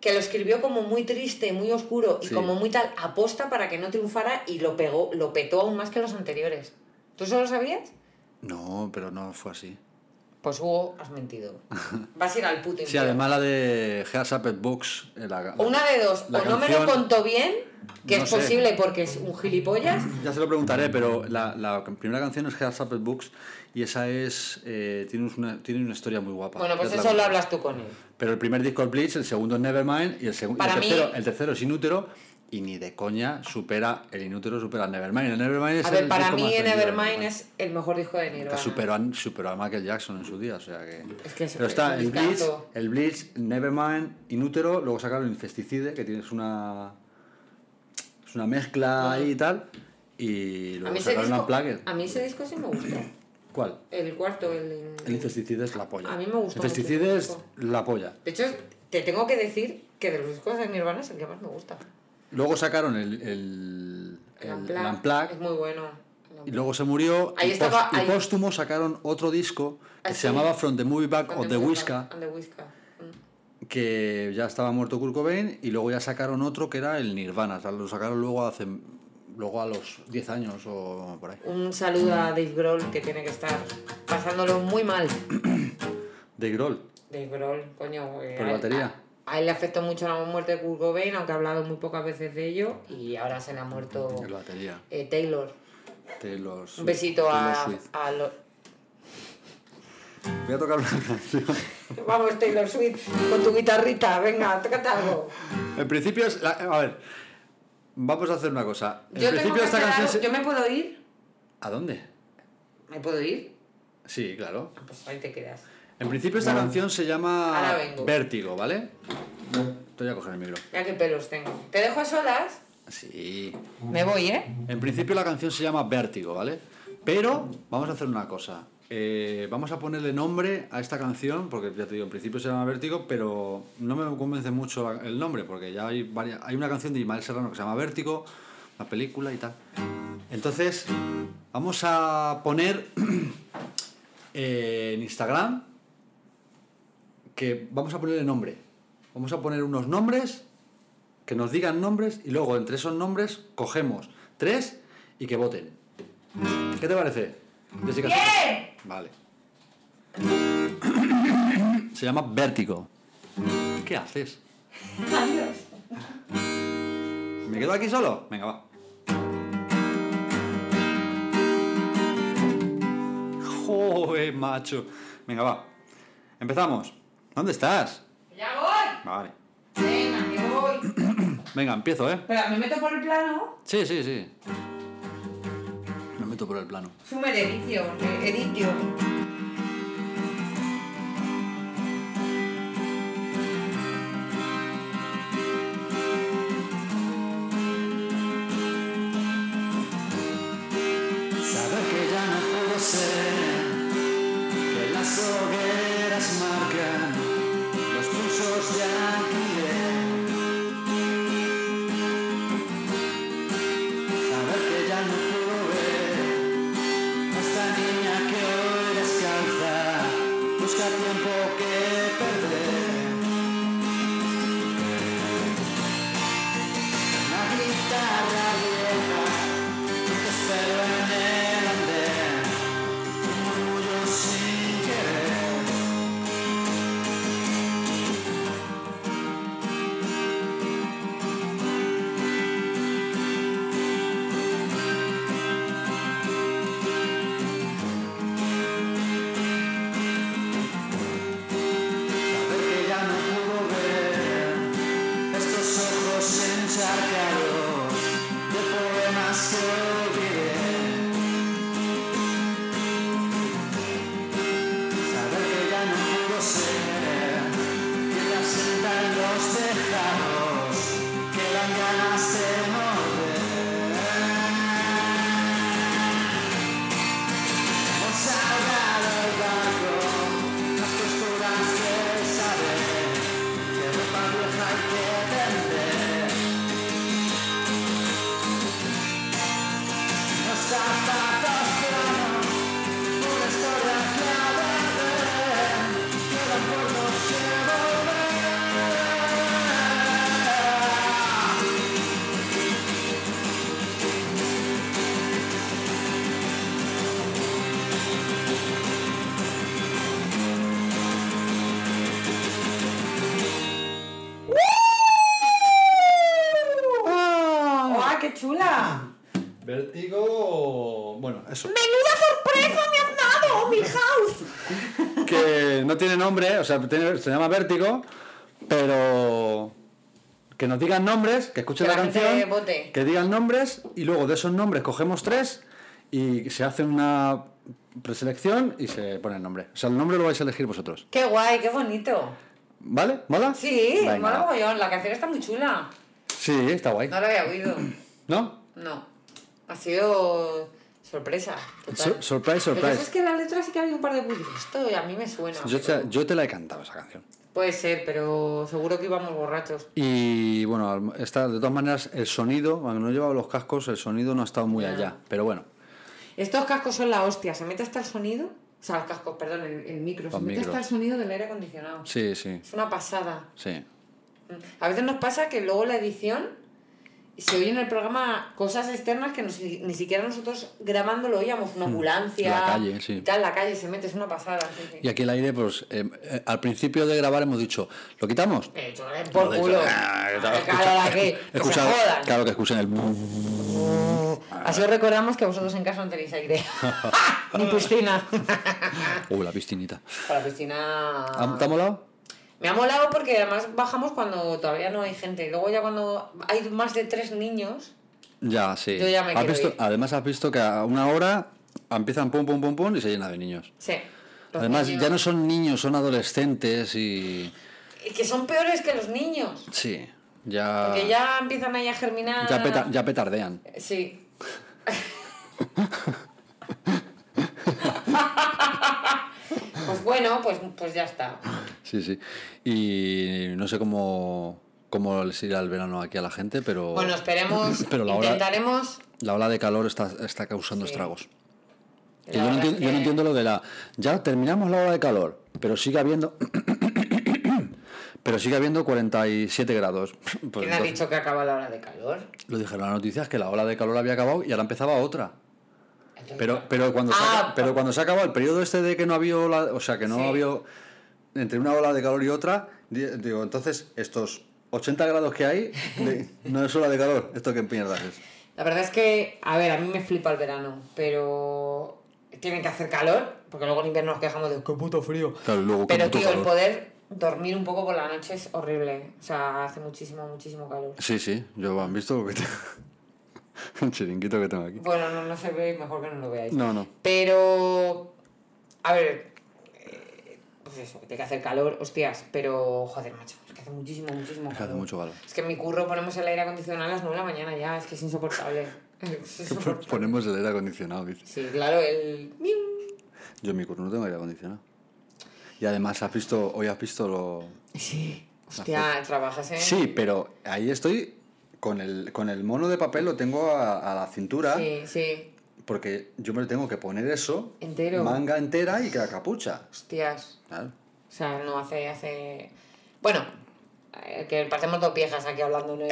[SPEAKER 2] Que lo escribió como muy triste, muy oscuro y
[SPEAKER 1] Sí.
[SPEAKER 2] como muy tal aposta para que no triunfara y lo pegó, lo petó aún más que los anteriores. ¿Tú solo sabías?
[SPEAKER 1] No, pero no fue así.
[SPEAKER 2] Pues Hugo, has mentido. Vas a ir al puto
[SPEAKER 1] Sí,
[SPEAKER 2] infierno.
[SPEAKER 1] además la de Hearts Up Box. eh, La,
[SPEAKER 2] O Una de dos,
[SPEAKER 1] la
[SPEAKER 2] o no me lo
[SPEAKER 1] canción-
[SPEAKER 2] contó bien, que
[SPEAKER 1] No
[SPEAKER 2] es
[SPEAKER 1] sé.
[SPEAKER 2] posible porque es un gilipollas.
[SPEAKER 1] Ya se lo preguntaré, pero la, la primera canción es Hearts Up Books y esa es. eh, tiene, una, tiene una historia muy guapa.
[SPEAKER 2] Bueno, pues
[SPEAKER 1] Ya te la
[SPEAKER 2] eso lo
[SPEAKER 1] contaré.
[SPEAKER 2] hablas tú con él.
[SPEAKER 1] Pero el primer disco es Bleach, el segundo es Nevermind y el, segundo
[SPEAKER 2] Para
[SPEAKER 1] el,
[SPEAKER 2] mí-
[SPEAKER 1] tercero, el tercero es Inútero y ni de coña supera. El Inútero supera al Nevermind. El Nevermind es
[SPEAKER 2] A
[SPEAKER 1] el
[SPEAKER 2] ver, para
[SPEAKER 1] disco más
[SPEAKER 2] mí
[SPEAKER 1] vendido de
[SPEAKER 2] Nevermind es el mejor disco de
[SPEAKER 1] Que
[SPEAKER 2] Nirvana.
[SPEAKER 1] superó, a- superó a Michael Jackson en su día, o sea que.
[SPEAKER 2] Es que es-
[SPEAKER 1] Pero
[SPEAKER 2] es
[SPEAKER 1] está
[SPEAKER 2] un
[SPEAKER 1] el Bleach,
[SPEAKER 2] discazo.
[SPEAKER 1] el Bleach, Nevermind, Inútero, luego sacaron Infesticide, que tienes una. Es una mezcla ahí y tal. Y
[SPEAKER 2] A
[SPEAKER 1] luego
[SPEAKER 2] mí, ese
[SPEAKER 1] sacaron
[SPEAKER 2] disco,
[SPEAKER 1] Unplugged.
[SPEAKER 2] a mí ese disco sí me gustó.
[SPEAKER 1] ¿Cuál?
[SPEAKER 2] El cuarto, el...
[SPEAKER 1] El Infesticide es la polla.
[SPEAKER 2] A mí me gustó
[SPEAKER 1] Infesticide
[SPEAKER 2] mucho
[SPEAKER 1] es
[SPEAKER 2] ese
[SPEAKER 1] la polla.
[SPEAKER 2] De hecho, te tengo que decir que de los discos de Nirvana es el que más me gusta.
[SPEAKER 1] Luego sacaron el. el,
[SPEAKER 2] El,
[SPEAKER 1] el-
[SPEAKER 2] Unplugged
[SPEAKER 1] el Unplugged,
[SPEAKER 2] Es muy bueno.
[SPEAKER 1] Y luego se murió.
[SPEAKER 2] Ahí
[SPEAKER 1] y,
[SPEAKER 2] estaba-
[SPEAKER 1] y
[SPEAKER 2] ahí-
[SPEAKER 1] póstumo sacaron otro disco que
[SPEAKER 2] Ah, sí.
[SPEAKER 1] se llamaba From the Movie Back of the Whisca.
[SPEAKER 2] And the Whisca. Mm.
[SPEAKER 1] que ya estaba muerto Kurt Cobain y luego ya sacaron otro que era el Nirvana, o sea, lo sacaron luego hace luego a los 10 años o por ahí.
[SPEAKER 2] Un saludo a Dave Grohl que tiene que estar pasándolo muy mal.
[SPEAKER 1] De Grohl,
[SPEAKER 2] Dave Grohl, coño. eh,
[SPEAKER 1] por
[SPEAKER 2] a él-
[SPEAKER 1] batería.
[SPEAKER 2] A él le afectó mucho la muerte de Kurt Cobain, aunque ha hablado muy pocas veces de ello. Y ahora se le ha muerto
[SPEAKER 1] El batería.
[SPEAKER 2] eh, Taylor.
[SPEAKER 1] Taylor
[SPEAKER 2] Un
[SPEAKER 1] Swift,
[SPEAKER 2] besito
[SPEAKER 1] Taylor
[SPEAKER 2] a,
[SPEAKER 1] Swift.
[SPEAKER 2] a lo-
[SPEAKER 1] Voy a tocar una canción.
[SPEAKER 2] Vamos, Taylor Swift, con tu guitarrita, venga, tócate algo.
[SPEAKER 1] En principio es la- a ver. Vamos a hacer una cosa. En
[SPEAKER 2] Yo tengo
[SPEAKER 1] principio
[SPEAKER 2] que
[SPEAKER 1] esta
[SPEAKER 2] hacer
[SPEAKER 1] canción
[SPEAKER 2] algo-
[SPEAKER 1] se-
[SPEAKER 2] ¿Yo me puedo ir?
[SPEAKER 1] ¿A dónde?
[SPEAKER 2] ¿Me puedo ir?
[SPEAKER 1] Sí, claro.
[SPEAKER 2] Ah, Pues ahí te quedas.
[SPEAKER 1] En principio esta canción se llama
[SPEAKER 2] Ahora vengo.
[SPEAKER 1] Vértigo, ¿vale? Te voy a coger el micro.
[SPEAKER 2] Mira qué pelos tengo. ¿Te dejo a solas?
[SPEAKER 1] Sí.
[SPEAKER 2] Me voy, ¿eh?
[SPEAKER 1] En principio la canción se llama Vértigo, ¿vale? Pero vamos a hacer una cosa. Eh, vamos a ponerle nombre a esta canción, porque ya te digo, en principio se llama Vértigo, pero no me convence mucho la- el nombre, porque ya hay, varias, hay una canción de Ismael Serrano que se llama Vértigo, una película y tal. Entonces, vamos a poner eh, en Instagram que vamos a ponerle nombre. Vamos a poner unos nombres que nos digan nombres y luego entre esos nombres cogemos tres y que voten. ¿Qué te parece? Jessica?
[SPEAKER 2] ¡Bien!
[SPEAKER 1] Vale. Se llama Vértigo. ¿Qué haces?
[SPEAKER 2] Adiós.
[SPEAKER 1] ¿Me quedo aquí solo? Venga, va. Joder, macho. Venga, va. Empezamos. ¿Dónde estás?
[SPEAKER 2] ¡Ya voy!
[SPEAKER 1] Vale.
[SPEAKER 2] Venga, que voy.
[SPEAKER 1] Venga, empiezo, ¿eh?
[SPEAKER 2] Espera, me meto por el plano.
[SPEAKER 1] Sí, sí, sí. Me meto por el plano.
[SPEAKER 2] Sume de edición, de edición.
[SPEAKER 1] Saber que ya no puedo ser, que las hogueras marcan los pulsos de alquiler. Saber que ya no puedo ver hasta en guitarra vieja que suena en el andén, un murmullo sin querer. Saber que ya no puedo ver estos ojos encharcados de poemas que olvidé. Saber que ya no puedo ser piedras sentan los tejados que dan ganas de morder. Hemos salgado el barco las costuras de saber que ropa vieja hay que vender. Los zapatos planos, una historia que ha de ver, quedan por no se volver. Oh,
[SPEAKER 2] ¡Guau, ¡Ah, qué chula!
[SPEAKER 3] Vértigo. Bueno, eso.
[SPEAKER 2] ¡Menuda sorpresa me has dado, mi house!
[SPEAKER 1] que no tiene nombre, o sea, tiene- se llama Vértigo, pero que nos digan nombres, que escuchen
[SPEAKER 2] Que
[SPEAKER 1] la
[SPEAKER 2] la gente
[SPEAKER 1] canción,
[SPEAKER 2] vote.
[SPEAKER 1] que digan nombres y luego de esos nombres cogemos tres y se hace una preselección y se pone el nombre. O sea, el nombre lo vais a elegir vosotros.
[SPEAKER 2] ¡Qué guay, qué bonito!
[SPEAKER 1] ¿Vale? ¿Mola?
[SPEAKER 2] Sí,
[SPEAKER 1] Venga.
[SPEAKER 2] mola mogollón, la canción está muy chula.
[SPEAKER 1] Sí, está guay.
[SPEAKER 2] No la había oído,
[SPEAKER 1] ¿No?
[SPEAKER 2] no. Ha sido sorpresa. total.
[SPEAKER 1] Sur- surprise,
[SPEAKER 2] Lo que pasa es
[SPEAKER 1] surprise.
[SPEAKER 2] que la letra sí que había un par de bullies. Esto a mí me suena.
[SPEAKER 1] Yo te, yo te la he cantado esa canción.
[SPEAKER 2] Puede ser, pero seguro que íbamos borrachos.
[SPEAKER 1] Y bueno, esta, de todas maneras, el sonido, cuando no he llevado los cascos, el sonido no ha estado muy
[SPEAKER 2] Ya.
[SPEAKER 1] allá. Pero bueno,
[SPEAKER 2] Estos cascos son la hostia. Se mete hasta el sonido. O sea, los cascos, perdón, el, el micro.
[SPEAKER 1] Los
[SPEAKER 2] se mete
[SPEAKER 1] micros.
[SPEAKER 2] hasta el sonido del aire acondicionado.
[SPEAKER 1] sí, sí,
[SPEAKER 2] Es una pasada.
[SPEAKER 1] sí.
[SPEAKER 2] A veces nos pasa que luego la edición se oye en el programa cosas externas que nos- ni siquiera nosotros grabando lo oíamos. Una ambulancia.
[SPEAKER 1] Mm, la calle, sí.
[SPEAKER 2] y tal, la calle se mete. Es una pasada. sí, sí.
[SPEAKER 1] Y aquí el aire, pues eh, eh, al principio de grabar hemos dicho, ¿lo quitamos?
[SPEAKER 2] Eh, yo, eh, por
[SPEAKER 1] Lo he
[SPEAKER 2] culo.
[SPEAKER 1] dicho, "Ah,
[SPEAKER 2] Claro,
[SPEAKER 1] claro,
[SPEAKER 2] la
[SPEAKER 1] escucha-
[SPEAKER 2] que-
[SPEAKER 1] eh,
[SPEAKER 2] que se
[SPEAKER 1] escucha-
[SPEAKER 2] jodan. Mm.
[SPEAKER 1] Claro que escuchan el... bum.
[SPEAKER 2] Así os recordamos que vosotros en casa no tenéis aire. Ni piscina.
[SPEAKER 1] Uh, la piscinita.
[SPEAKER 2] Para piscina.
[SPEAKER 1] ¿Ah, ¿Te ha molado?
[SPEAKER 2] Me ha molado porque además bajamos cuando todavía no hay gente. Y luego ya cuando hay más de tres niños.
[SPEAKER 1] Ya, sí.
[SPEAKER 2] Yo ya me
[SPEAKER 1] ¿Has
[SPEAKER 2] quiero
[SPEAKER 1] visto-
[SPEAKER 2] ir.
[SPEAKER 1] Además has visto que a una hora empiezan pum, pum, pum, pum y se llena de niños.
[SPEAKER 2] Sí. los
[SPEAKER 1] Además
[SPEAKER 2] niños-
[SPEAKER 1] ya no son niños, son adolescentes y...
[SPEAKER 2] Y Que son peores que los niños.
[SPEAKER 1] Sí, ya...
[SPEAKER 2] Porque ya empiezan ahí a germinar.
[SPEAKER 1] Ah. ya peta- ya petardean.
[SPEAKER 2] Sí. pues bueno, pues, pues ya está.
[SPEAKER 1] Sí, sí. Y no sé cómo, cómo les irá el verano aquí a la gente, pero...
[SPEAKER 2] Bueno, esperemos.
[SPEAKER 1] Pero la hora-
[SPEAKER 2] intentaremos.
[SPEAKER 1] La ola de calor está, está causando
[SPEAKER 2] Sí.
[SPEAKER 1] estragos.
[SPEAKER 2] La
[SPEAKER 1] Que yo, no
[SPEAKER 2] verdad
[SPEAKER 1] entiendo,
[SPEAKER 2] es
[SPEAKER 1] yo no
[SPEAKER 2] que-
[SPEAKER 1] entiendo lo de la. Ya terminamos la ola de calor, pero sigue habiendo. pero sigue habiendo 47 grados. Pues
[SPEAKER 2] ¿Quién ha
[SPEAKER 1] entonces-
[SPEAKER 2] dicho que acaba la hora de calor?
[SPEAKER 1] Lo dijeron en las noticias que la ola de calor había acabado y ahora empezaba otra.
[SPEAKER 2] Entonces,
[SPEAKER 1] Pero, pero, cuando, se,
[SPEAKER 2] Ah,
[SPEAKER 1] aca- pero cuando se acabó el periodo este de que no había ola, o sea, que no
[SPEAKER 2] Sí.
[SPEAKER 1] había entre una ola de calor y otra, di- digo, entonces estos 80 grados que hay de- no es ola de calor, esto que mierda es.
[SPEAKER 2] La verdad es que, a ver, a mí me flipa el verano, pero tiene que hacer calor, porque luego en invierno nos quejamos de qué puto frío.
[SPEAKER 1] Claro, y luego qué
[SPEAKER 2] pero
[SPEAKER 1] puto
[SPEAKER 2] tío,
[SPEAKER 1] calor.
[SPEAKER 2] el poder dormir un poco por la noche es horrible. O sea, hace muchísimo, muchísimo calor.
[SPEAKER 1] Sí, sí, yo han visto lo que tengo. un chiringuito que tengo aquí.
[SPEAKER 2] Bueno, no, no se ve, mejor que no lo veáis.
[SPEAKER 1] No, no.
[SPEAKER 2] Pero, a ver, eh, pues eso, que tiene que hacer calor, hostias, pero joder, macho, es que hace muchísimo, muchísimo
[SPEAKER 1] Es que hace
[SPEAKER 2] calor.
[SPEAKER 1] mucho calor.
[SPEAKER 2] Es que en mi curro ponemos el aire acondicionado a las 9 de la mañana ya, es que es insoportable. Es insoportable.
[SPEAKER 1] Ponemos el aire acondicionado, dices.
[SPEAKER 2] Sí, claro, el... miu.
[SPEAKER 1] Yo en mi curro no tengo aire acondicionado. Y además has visto, hoy has visto lo...
[SPEAKER 2] Sí. Hostia, trabajas en.
[SPEAKER 1] Sí, pero ahí estoy con el, con el mono de papel, lo tengo a, a la cintura,
[SPEAKER 2] Sí, sí.
[SPEAKER 1] porque yo me lo tengo que poner eso,
[SPEAKER 2] Entero.
[SPEAKER 1] manga entera y que la capucha.
[SPEAKER 2] Hostias.
[SPEAKER 1] Claro.
[SPEAKER 2] O sea, no hace. hace... Bueno, eh, que parecemos dos viejas aquí hablando, ¿no?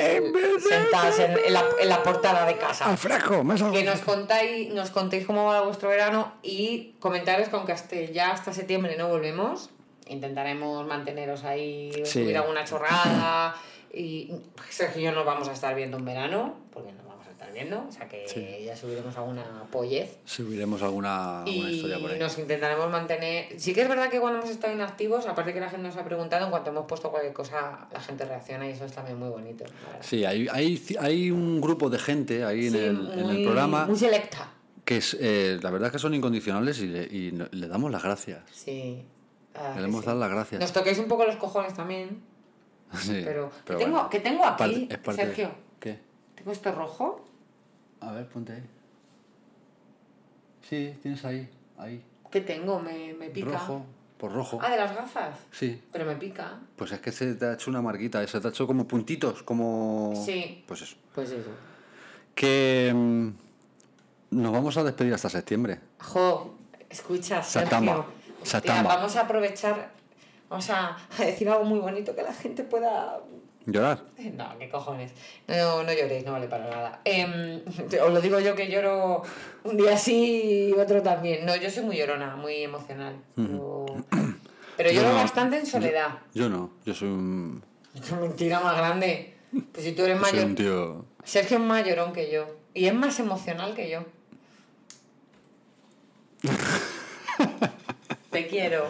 [SPEAKER 2] sentadas en, en la, en la portada de casa.
[SPEAKER 1] ¡Al fraco! Más algo.
[SPEAKER 2] Que nos contáis, nos contéis cómo va vuestro verano y comentaros con que hasta, ya hasta septiembre no volvemos. Intentaremos manteneros ahí,
[SPEAKER 1] Sí.
[SPEAKER 2] subir alguna chorrada. Y Sergio y yo nos vamos a estar viendo en verano, porque nos vamos a estar viendo. O sea que
[SPEAKER 1] Sí.
[SPEAKER 2] ya subiremos alguna pollez.
[SPEAKER 1] Subiremos alguna, alguna
[SPEAKER 2] Y
[SPEAKER 1] historia por ahí.
[SPEAKER 2] nos intentaremos mantener. Sí que es verdad que cuando hemos estado inactivos, aparte que la gente nos ha preguntado, en cuanto hemos puesto cualquier cosa, la gente reacciona y eso es también muy bonito. la verdad.
[SPEAKER 1] Sí, hay, hay, hay un grupo de gente ahí en,
[SPEAKER 2] Sí,
[SPEAKER 1] el, en el
[SPEAKER 2] muy-
[SPEAKER 1] programa
[SPEAKER 2] Muy selecta.
[SPEAKER 1] que es, eh, la verdad es que son incondicionales y le, y no- le damos las gracias.
[SPEAKER 2] Sí. la verdad
[SPEAKER 1] Le
[SPEAKER 2] que
[SPEAKER 1] debemos
[SPEAKER 2] sí.
[SPEAKER 1] dar las gracias.
[SPEAKER 2] Nos toquéis un poco los cojones también.
[SPEAKER 1] Sí,
[SPEAKER 2] Pero,
[SPEAKER 1] pero
[SPEAKER 2] que, tengo,
[SPEAKER 1] bueno.
[SPEAKER 2] que tengo
[SPEAKER 1] Es parte-
[SPEAKER 2] aquí,
[SPEAKER 1] es parte de-
[SPEAKER 2] Sergio.
[SPEAKER 1] ¿Qué?
[SPEAKER 2] Tengo esto rojo.
[SPEAKER 1] A ver, ponte ahí. Sí, tienes ahí, ahí.
[SPEAKER 2] ¿Qué tengo? Me, me pica.
[SPEAKER 1] Rojo, por rojo.
[SPEAKER 2] Ah, de las gafas.
[SPEAKER 1] Sí,
[SPEAKER 2] Pero me pica.
[SPEAKER 1] pues es que se te ha hecho una marquita, se te ha hecho como puntitos, como...
[SPEAKER 2] Sí.
[SPEAKER 1] Pues eso.
[SPEAKER 2] Pues eso.
[SPEAKER 1] Que mm, nos vamos a despedir hasta septiembre.
[SPEAKER 2] Jo, escucha, Sergio.
[SPEAKER 1] Satama,
[SPEAKER 2] Hostia,
[SPEAKER 1] satama.
[SPEAKER 2] Vamos a aprovechar, vamos a, a decir algo muy bonito que la gente pueda...
[SPEAKER 1] Llorar.
[SPEAKER 2] No, qué cojones. No, no lloréis, no vale para nada. Em, os lo digo yo que lloro un día sí y otro también. No, yo soy muy llorona, muy emocional. Pero, pero
[SPEAKER 1] Yo
[SPEAKER 2] lloro
[SPEAKER 1] no.
[SPEAKER 2] bastante en soledad.
[SPEAKER 1] Yo no, yo soy un...
[SPEAKER 2] Qué mentira más grande. Pues si tú eres
[SPEAKER 1] Soy
[SPEAKER 2] mayor...
[SPEAKER 1] un tío...
[SPEAKER 2] Sergio es más llorón que yo. Y es más emocional que yo. Te quiero.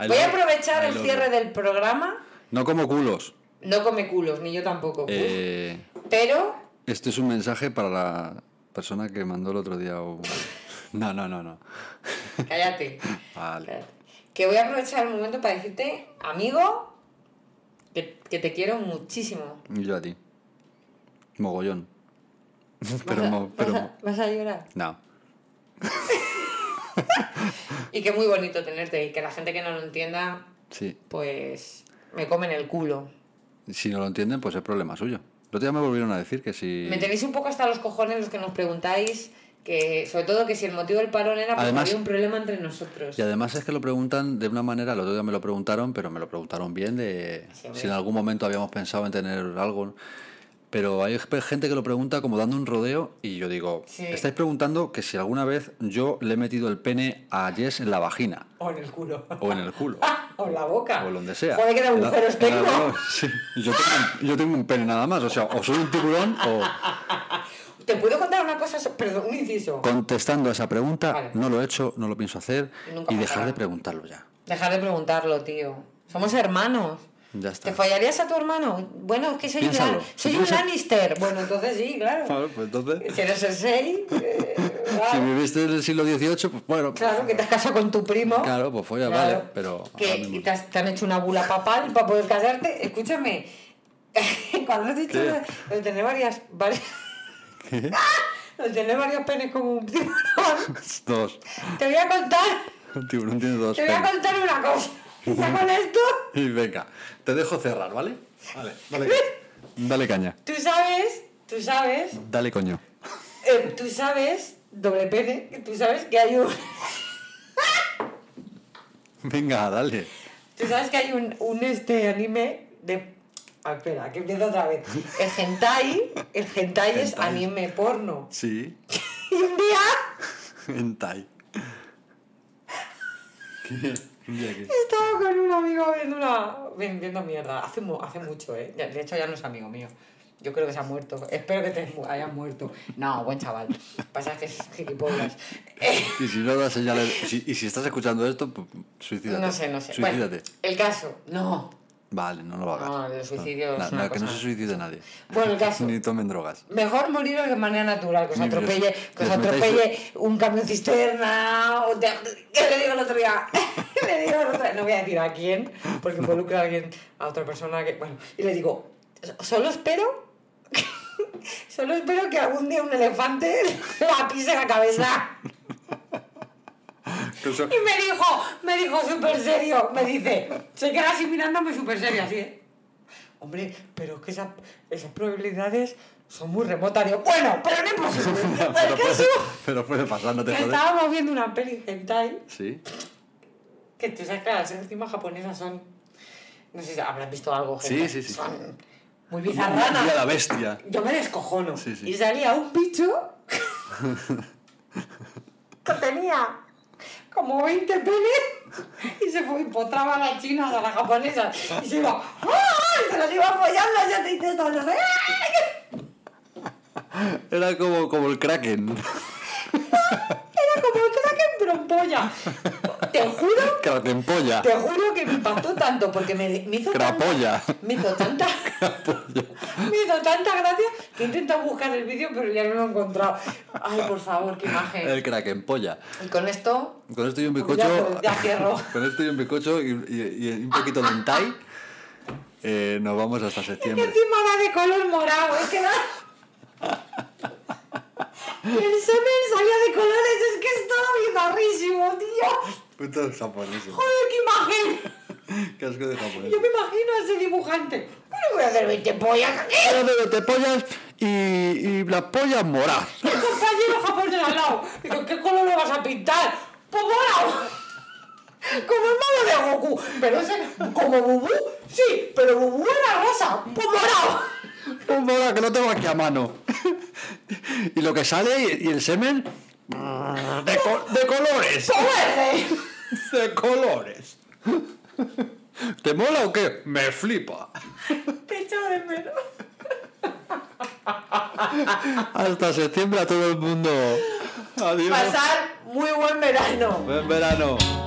[SPEAKER 1] I
[SPEAKER 2] Voy a
[SPEAKER 1] love-
[SPEAKER 2] aprovechar
[SPEAKER 1] I
[SPEAKER 2] el
[SPEAKER 1] love
[SPEAKER 2] cierre
[SPEAKER 1] you.
[SPEAKER 2] del programa.
[SPEAKER 1] No como culos.
[SPEAKER 2] No come culos, ni yo tampoco. Uf.
[SPEAKER 1] Eh,
[SPEAKER 2] Pero
[SPEAKER 1] este es un mensaje para la persona que mandó el otro día. un- No, no, no, no.
[SPEAKER 2] cállate.
[SPEAKER 1] Vale.
[SPEAKER 2] Espérate. Que voy a aprovechar el momento para decirte, amigo, que, que te quiero muchísimo.
[SPEAKER 1] Y yo a ti. Mogollón. Pero,
[SPEAKER 2] Vas a-
[SPEAKER 1] mo- pero
[SPEAKER 2] vas a-
[SPEAKER 1] mo-
[SPEAKER 2] vas a llorar.
[SPEAKER 1] no.
[SPEAKER 2] Y que muy bonito tenerte y que la gente que no lo entienda,
[SPEAKER 1] Sí.
[SPEAKER 2] pues me comen el culo.
[SPEAKER 1] Si no lo entienden, pues es problema suyo. El otro día me volvieron a decir que si.
[SPEAKER 2] Me tenéis un poco hasta los cojones los que nos preguntáis que, sobre todo, que si el motivo del parón era porque
[SPEAKER 1] Además-
[SPEAKER 2] había un problema entre nosotros.
[SPEAKER 1] Y además es que lo preguntan de una manera, el otro día me lo preguntaron, pero me lo preguntaron bien de
[SPEAKER 2] Sí, hombre.
[SPEAKER 1] si en algún momento habíamos pensado en tener algo. Pero hay gente que lo pregunta como dando un rodeo y yo digo,
[SPEAKER 2] Sí.
[SPEAKER 1] estáis preguntando que si alguna vez yo le he metido el pene a Jess en la vagina
[SPEAKER 2] O en el culo.
[SPEAKER 1] o en el culo.
[SPEAKER 2] o en la boca.
[SPEAKER 1] O donde sea.
[SPEAKER 2] Joder, que de
[SPEAKER 1] En la-
[SPEAKER 2] agujeros
[SPEAKER 1] en la-
[SPEAKER 2] tengo.
[SPEAKER 1] no, sí. yo, tengo un, yo tengo un pene nada más. O sea, o soy un tiburón o
[SPEAKER 2] ¿Te puedo contar una cosa? So- Perdón, un inciso.
[SPEAKER 1] contestando a esa pregunta,
[SPEAKER 2] Vale.
[SPEAKER 1] no lo he hecho, no lo pienso hacer
[SPEAKER 2] Y nunca
[SPEAKER 1] y dejar
[SPEAKER 2] pasará.
[SPEAKER 1] de preguntarlo ya.
[SPEAKER 2] Dejar de preguntarlo, tío. Somos hermanos.
[SPEAKER 1] Ya está.
[SPEAKER 2] ¿Te fallarías a tu hermano? Bueno, es que soy, un,
[SPEAKER 1] Ah. Piénsalo.
[SPEAKER 2] Lan- soy
[SPEAKER 1] Si
[SPEAKER 2] un
[SPEAKER 1] tienes el-
[SPEAKER 2] Lannister. Bueno, entonces sí, claro.
[SPEAKER 1] Vale, pues entonces.
[SPEAKER 2] Si eres el 6,
[SPEAKER 1] Si viviste en el siglo XVIII, pues bueno.
[SPEAKER 2] claro, que te has casado con tu primo.
[SPEAKER 1] Claro, pues folla,
[SPEAKER 2] Claro.
[SPEAKER 1] vale, pero
[SPEAKER 2] Que
[SPEAKER 1] ahora mismo-
[SPEAKER 2] te, has- te han hecho una bula papal para poder casarte. Escúchame. Cuando has dicho
[SPEAKER 1] ¿Qué?
[SPEAKER 2] lo de tener varias. varias lo de tener varios penes como un tiburón.
[SPEAKER 1] Dos.
[SPEAKER 2] Te voy a contar.
[SPEAKER 1] Un tiburón tiene dos.
[SPEAKER 2] Te voy a
[SPEAKER 1] penes.
[SPEAKER 2] contar una cosa. Y ya con esto,
[SPEAKER 1] Y venga, te dejo cerrar, ¿vale? Vale, dale, dale caña.
[SPEAKER 2] tú sabes, tú sabes,
[SPEAKER 1] Dale coño.
[SPEAKER 2] eh, tú sabes, doble pene, que tú sabes que hay un.
[SPEAKER 1] Venga, dale.
[SPEAKER 2] Tú sabes que hay un, un este anime de. Ah, espera, que empiezo otra vez. El hentai, el hentai, es
[SPEAKER 1] Hentai.
[SPEAKER 2] anime porno.
[SPEAKER 1] Sí,
[SPEAKER 2] Y un día
[SPEAKER 1] hentai. ¿Qué? Un día que-
[SPEAKER 2] estaba con un amigo viendo una. vendiendo mierda. Hace, mu- hace mucho, ¿eh? Ya- De hecho, ya no es amigo mío. Yo creo que se ha muerto. Espero que te mu- hayas muerto. No, buen chaval. Pasa que es gilipollas. Eh,
[SPEAKER 1] Y si no das señales. si- y si estás escuchando esto, pues suicídate.
[SPEAKER 2] Eh, no sé, no sé. Bueno,
[SPEAKER 1] Suicídate.
[SPEAKER 2] el caso. No.
[SPEAKER 1] Vale, no lo hagas.
[SPEAKER 2] No, el suicidio es
[SPEAKER 1] Na-
[SPEAKER 2] una
[SPEAKER 1] na- Que no
[SPEAKER 2] cosa-
[SPEAKER 1] se suicide nadie.
[SPEAKER 2] Bueno, el caso.
[SPEAKER 1] Ni tomen drogas.
[SPEAKER 2] Mejor moriros de manera natural, que os
[SPEAKER 1] Ni
[SPEAKER 2] atropelle,
[SPEAKER 1] Dios.
[SPEAKER 2] que os
[SPEAKER 1] Les metáis-
[SPEAKER 2] atropelle un camión cisterna, o te- ¿qué le digo el otro día? le digo el otro día, no voy a decir a quién, porque involucra a alguien, a otra persona que, bueno, y le digo, solo espero, solo espero que algún día un elefante la pise la cabeza. Y me dijo, me dijo súper serio, me dice, se queda así mirándome súper serio, así, ¿eh? Hombre, pero es que esa- esas probabilidades son muy remotas. Digo, bueno, pero no es posible.
[SPEAKER 1] pero,
[SPEAKER 2] El caso
[SPEAKER 1] puede, pero puede pasar, no te
[SPEAKER 2] que
[SPEAKER 1] jodes.
[SPEAKER 2] estábamos viendo una peli hentai,
[SPEAKER 1] Sí.
[SPEAKER 2] que tú sabes que las encima japonesas son... No sé si habrás visto algo,
[SPEAKER 1] Sí,
[SPEAKER 2] gente.
[SPEAKER 1] sí, sí.
[SPEAKER 2] Son muy
[SPEAKER 1] Y a la
[SPEAKER 2] bizarranas.
[SPEAKER 1] bestia.
[SPEAKER 2] Yo me descojono.
[SPEAKER 1] Sí, sí.
[SPEAKER 2] Y salía un bicho que tenía como 20 penes y se fue y potraba a las chinas, a las japonesas. Y se iba, ¡ay! Se las iba follando, ya te intestas, ya te... ¡ay!
[SPEAKER 1] Era como, como el Kraken.
[SPEAKER 2] Era como el Kraken, pero en polla. Te juro
[SPEAKER 1] Krakenpolla.
[SPEAKER 2] Te juro que me impactó tanto porque me, me hizo
[SPEAKER 1] Crapolla.
[SPEAKER 2] tanta. Me hizo tanta. me hizo tanta gracia que he intentado buscar el vídeo, pero ya no lo he encontrado. Ay, por favor, qué imagen.
[SPEAKER 1] El Krakenpolla.
[SPEAKER 2] Y con esto.
[SPEAKER 1] Con esto y un
[SPEAKER 2] Ya,
[SPEAKER 1] bizcocho.
[SPEAKER 2] ya cierro.
[SPEAKER 1] Con esto y un bizcocho y, y- y un poquito de hentai. eh, nos vamos hasta
[SPEAKER 2] Que
[SPEAKER 1] septiembre.
[SPEAKER 2] encima era de color morado, es que da. El semen salía de colores, es que es todo bizarrísimo, tío.
[SPEAKER 1] Esto es japonés.
[SPEAKER 2] Joder, qué imagen.
[SPEAKER 1] Qué asco de japonés.
[SPEAKER 2] Yo me imagino a ese dibujante. Bueno, voy a hacer 20 pollas aquí.
[SPEAKER 1] Era de te pollas y, y las pollas moras.
[SPEAKER 2] El compañero japonés al lado. Digo, ¿qué color le vas a pintar? Pues morado. Como el malo de Goku. Pero ese, como Bubú, sí, pero Bubú era rosa. Pues morado.
[SPEAKER 1] Un mora que no tengo aquí a mano. Y lo que sale y, y el semen. De, co- de colores.
[SPEAKER 2] Pues verde.
[SPEAKER 1] De colores. ¿Te mola o qué? Me flipa.
[SPEAKER 2] Te echo de menos.
[SPEAKER 1] Hasta septiembre a todo el mundo. Adiós.
[SPEAKER 2] Pasar muy buen verano.
[SPEAKER 1] Buen verano.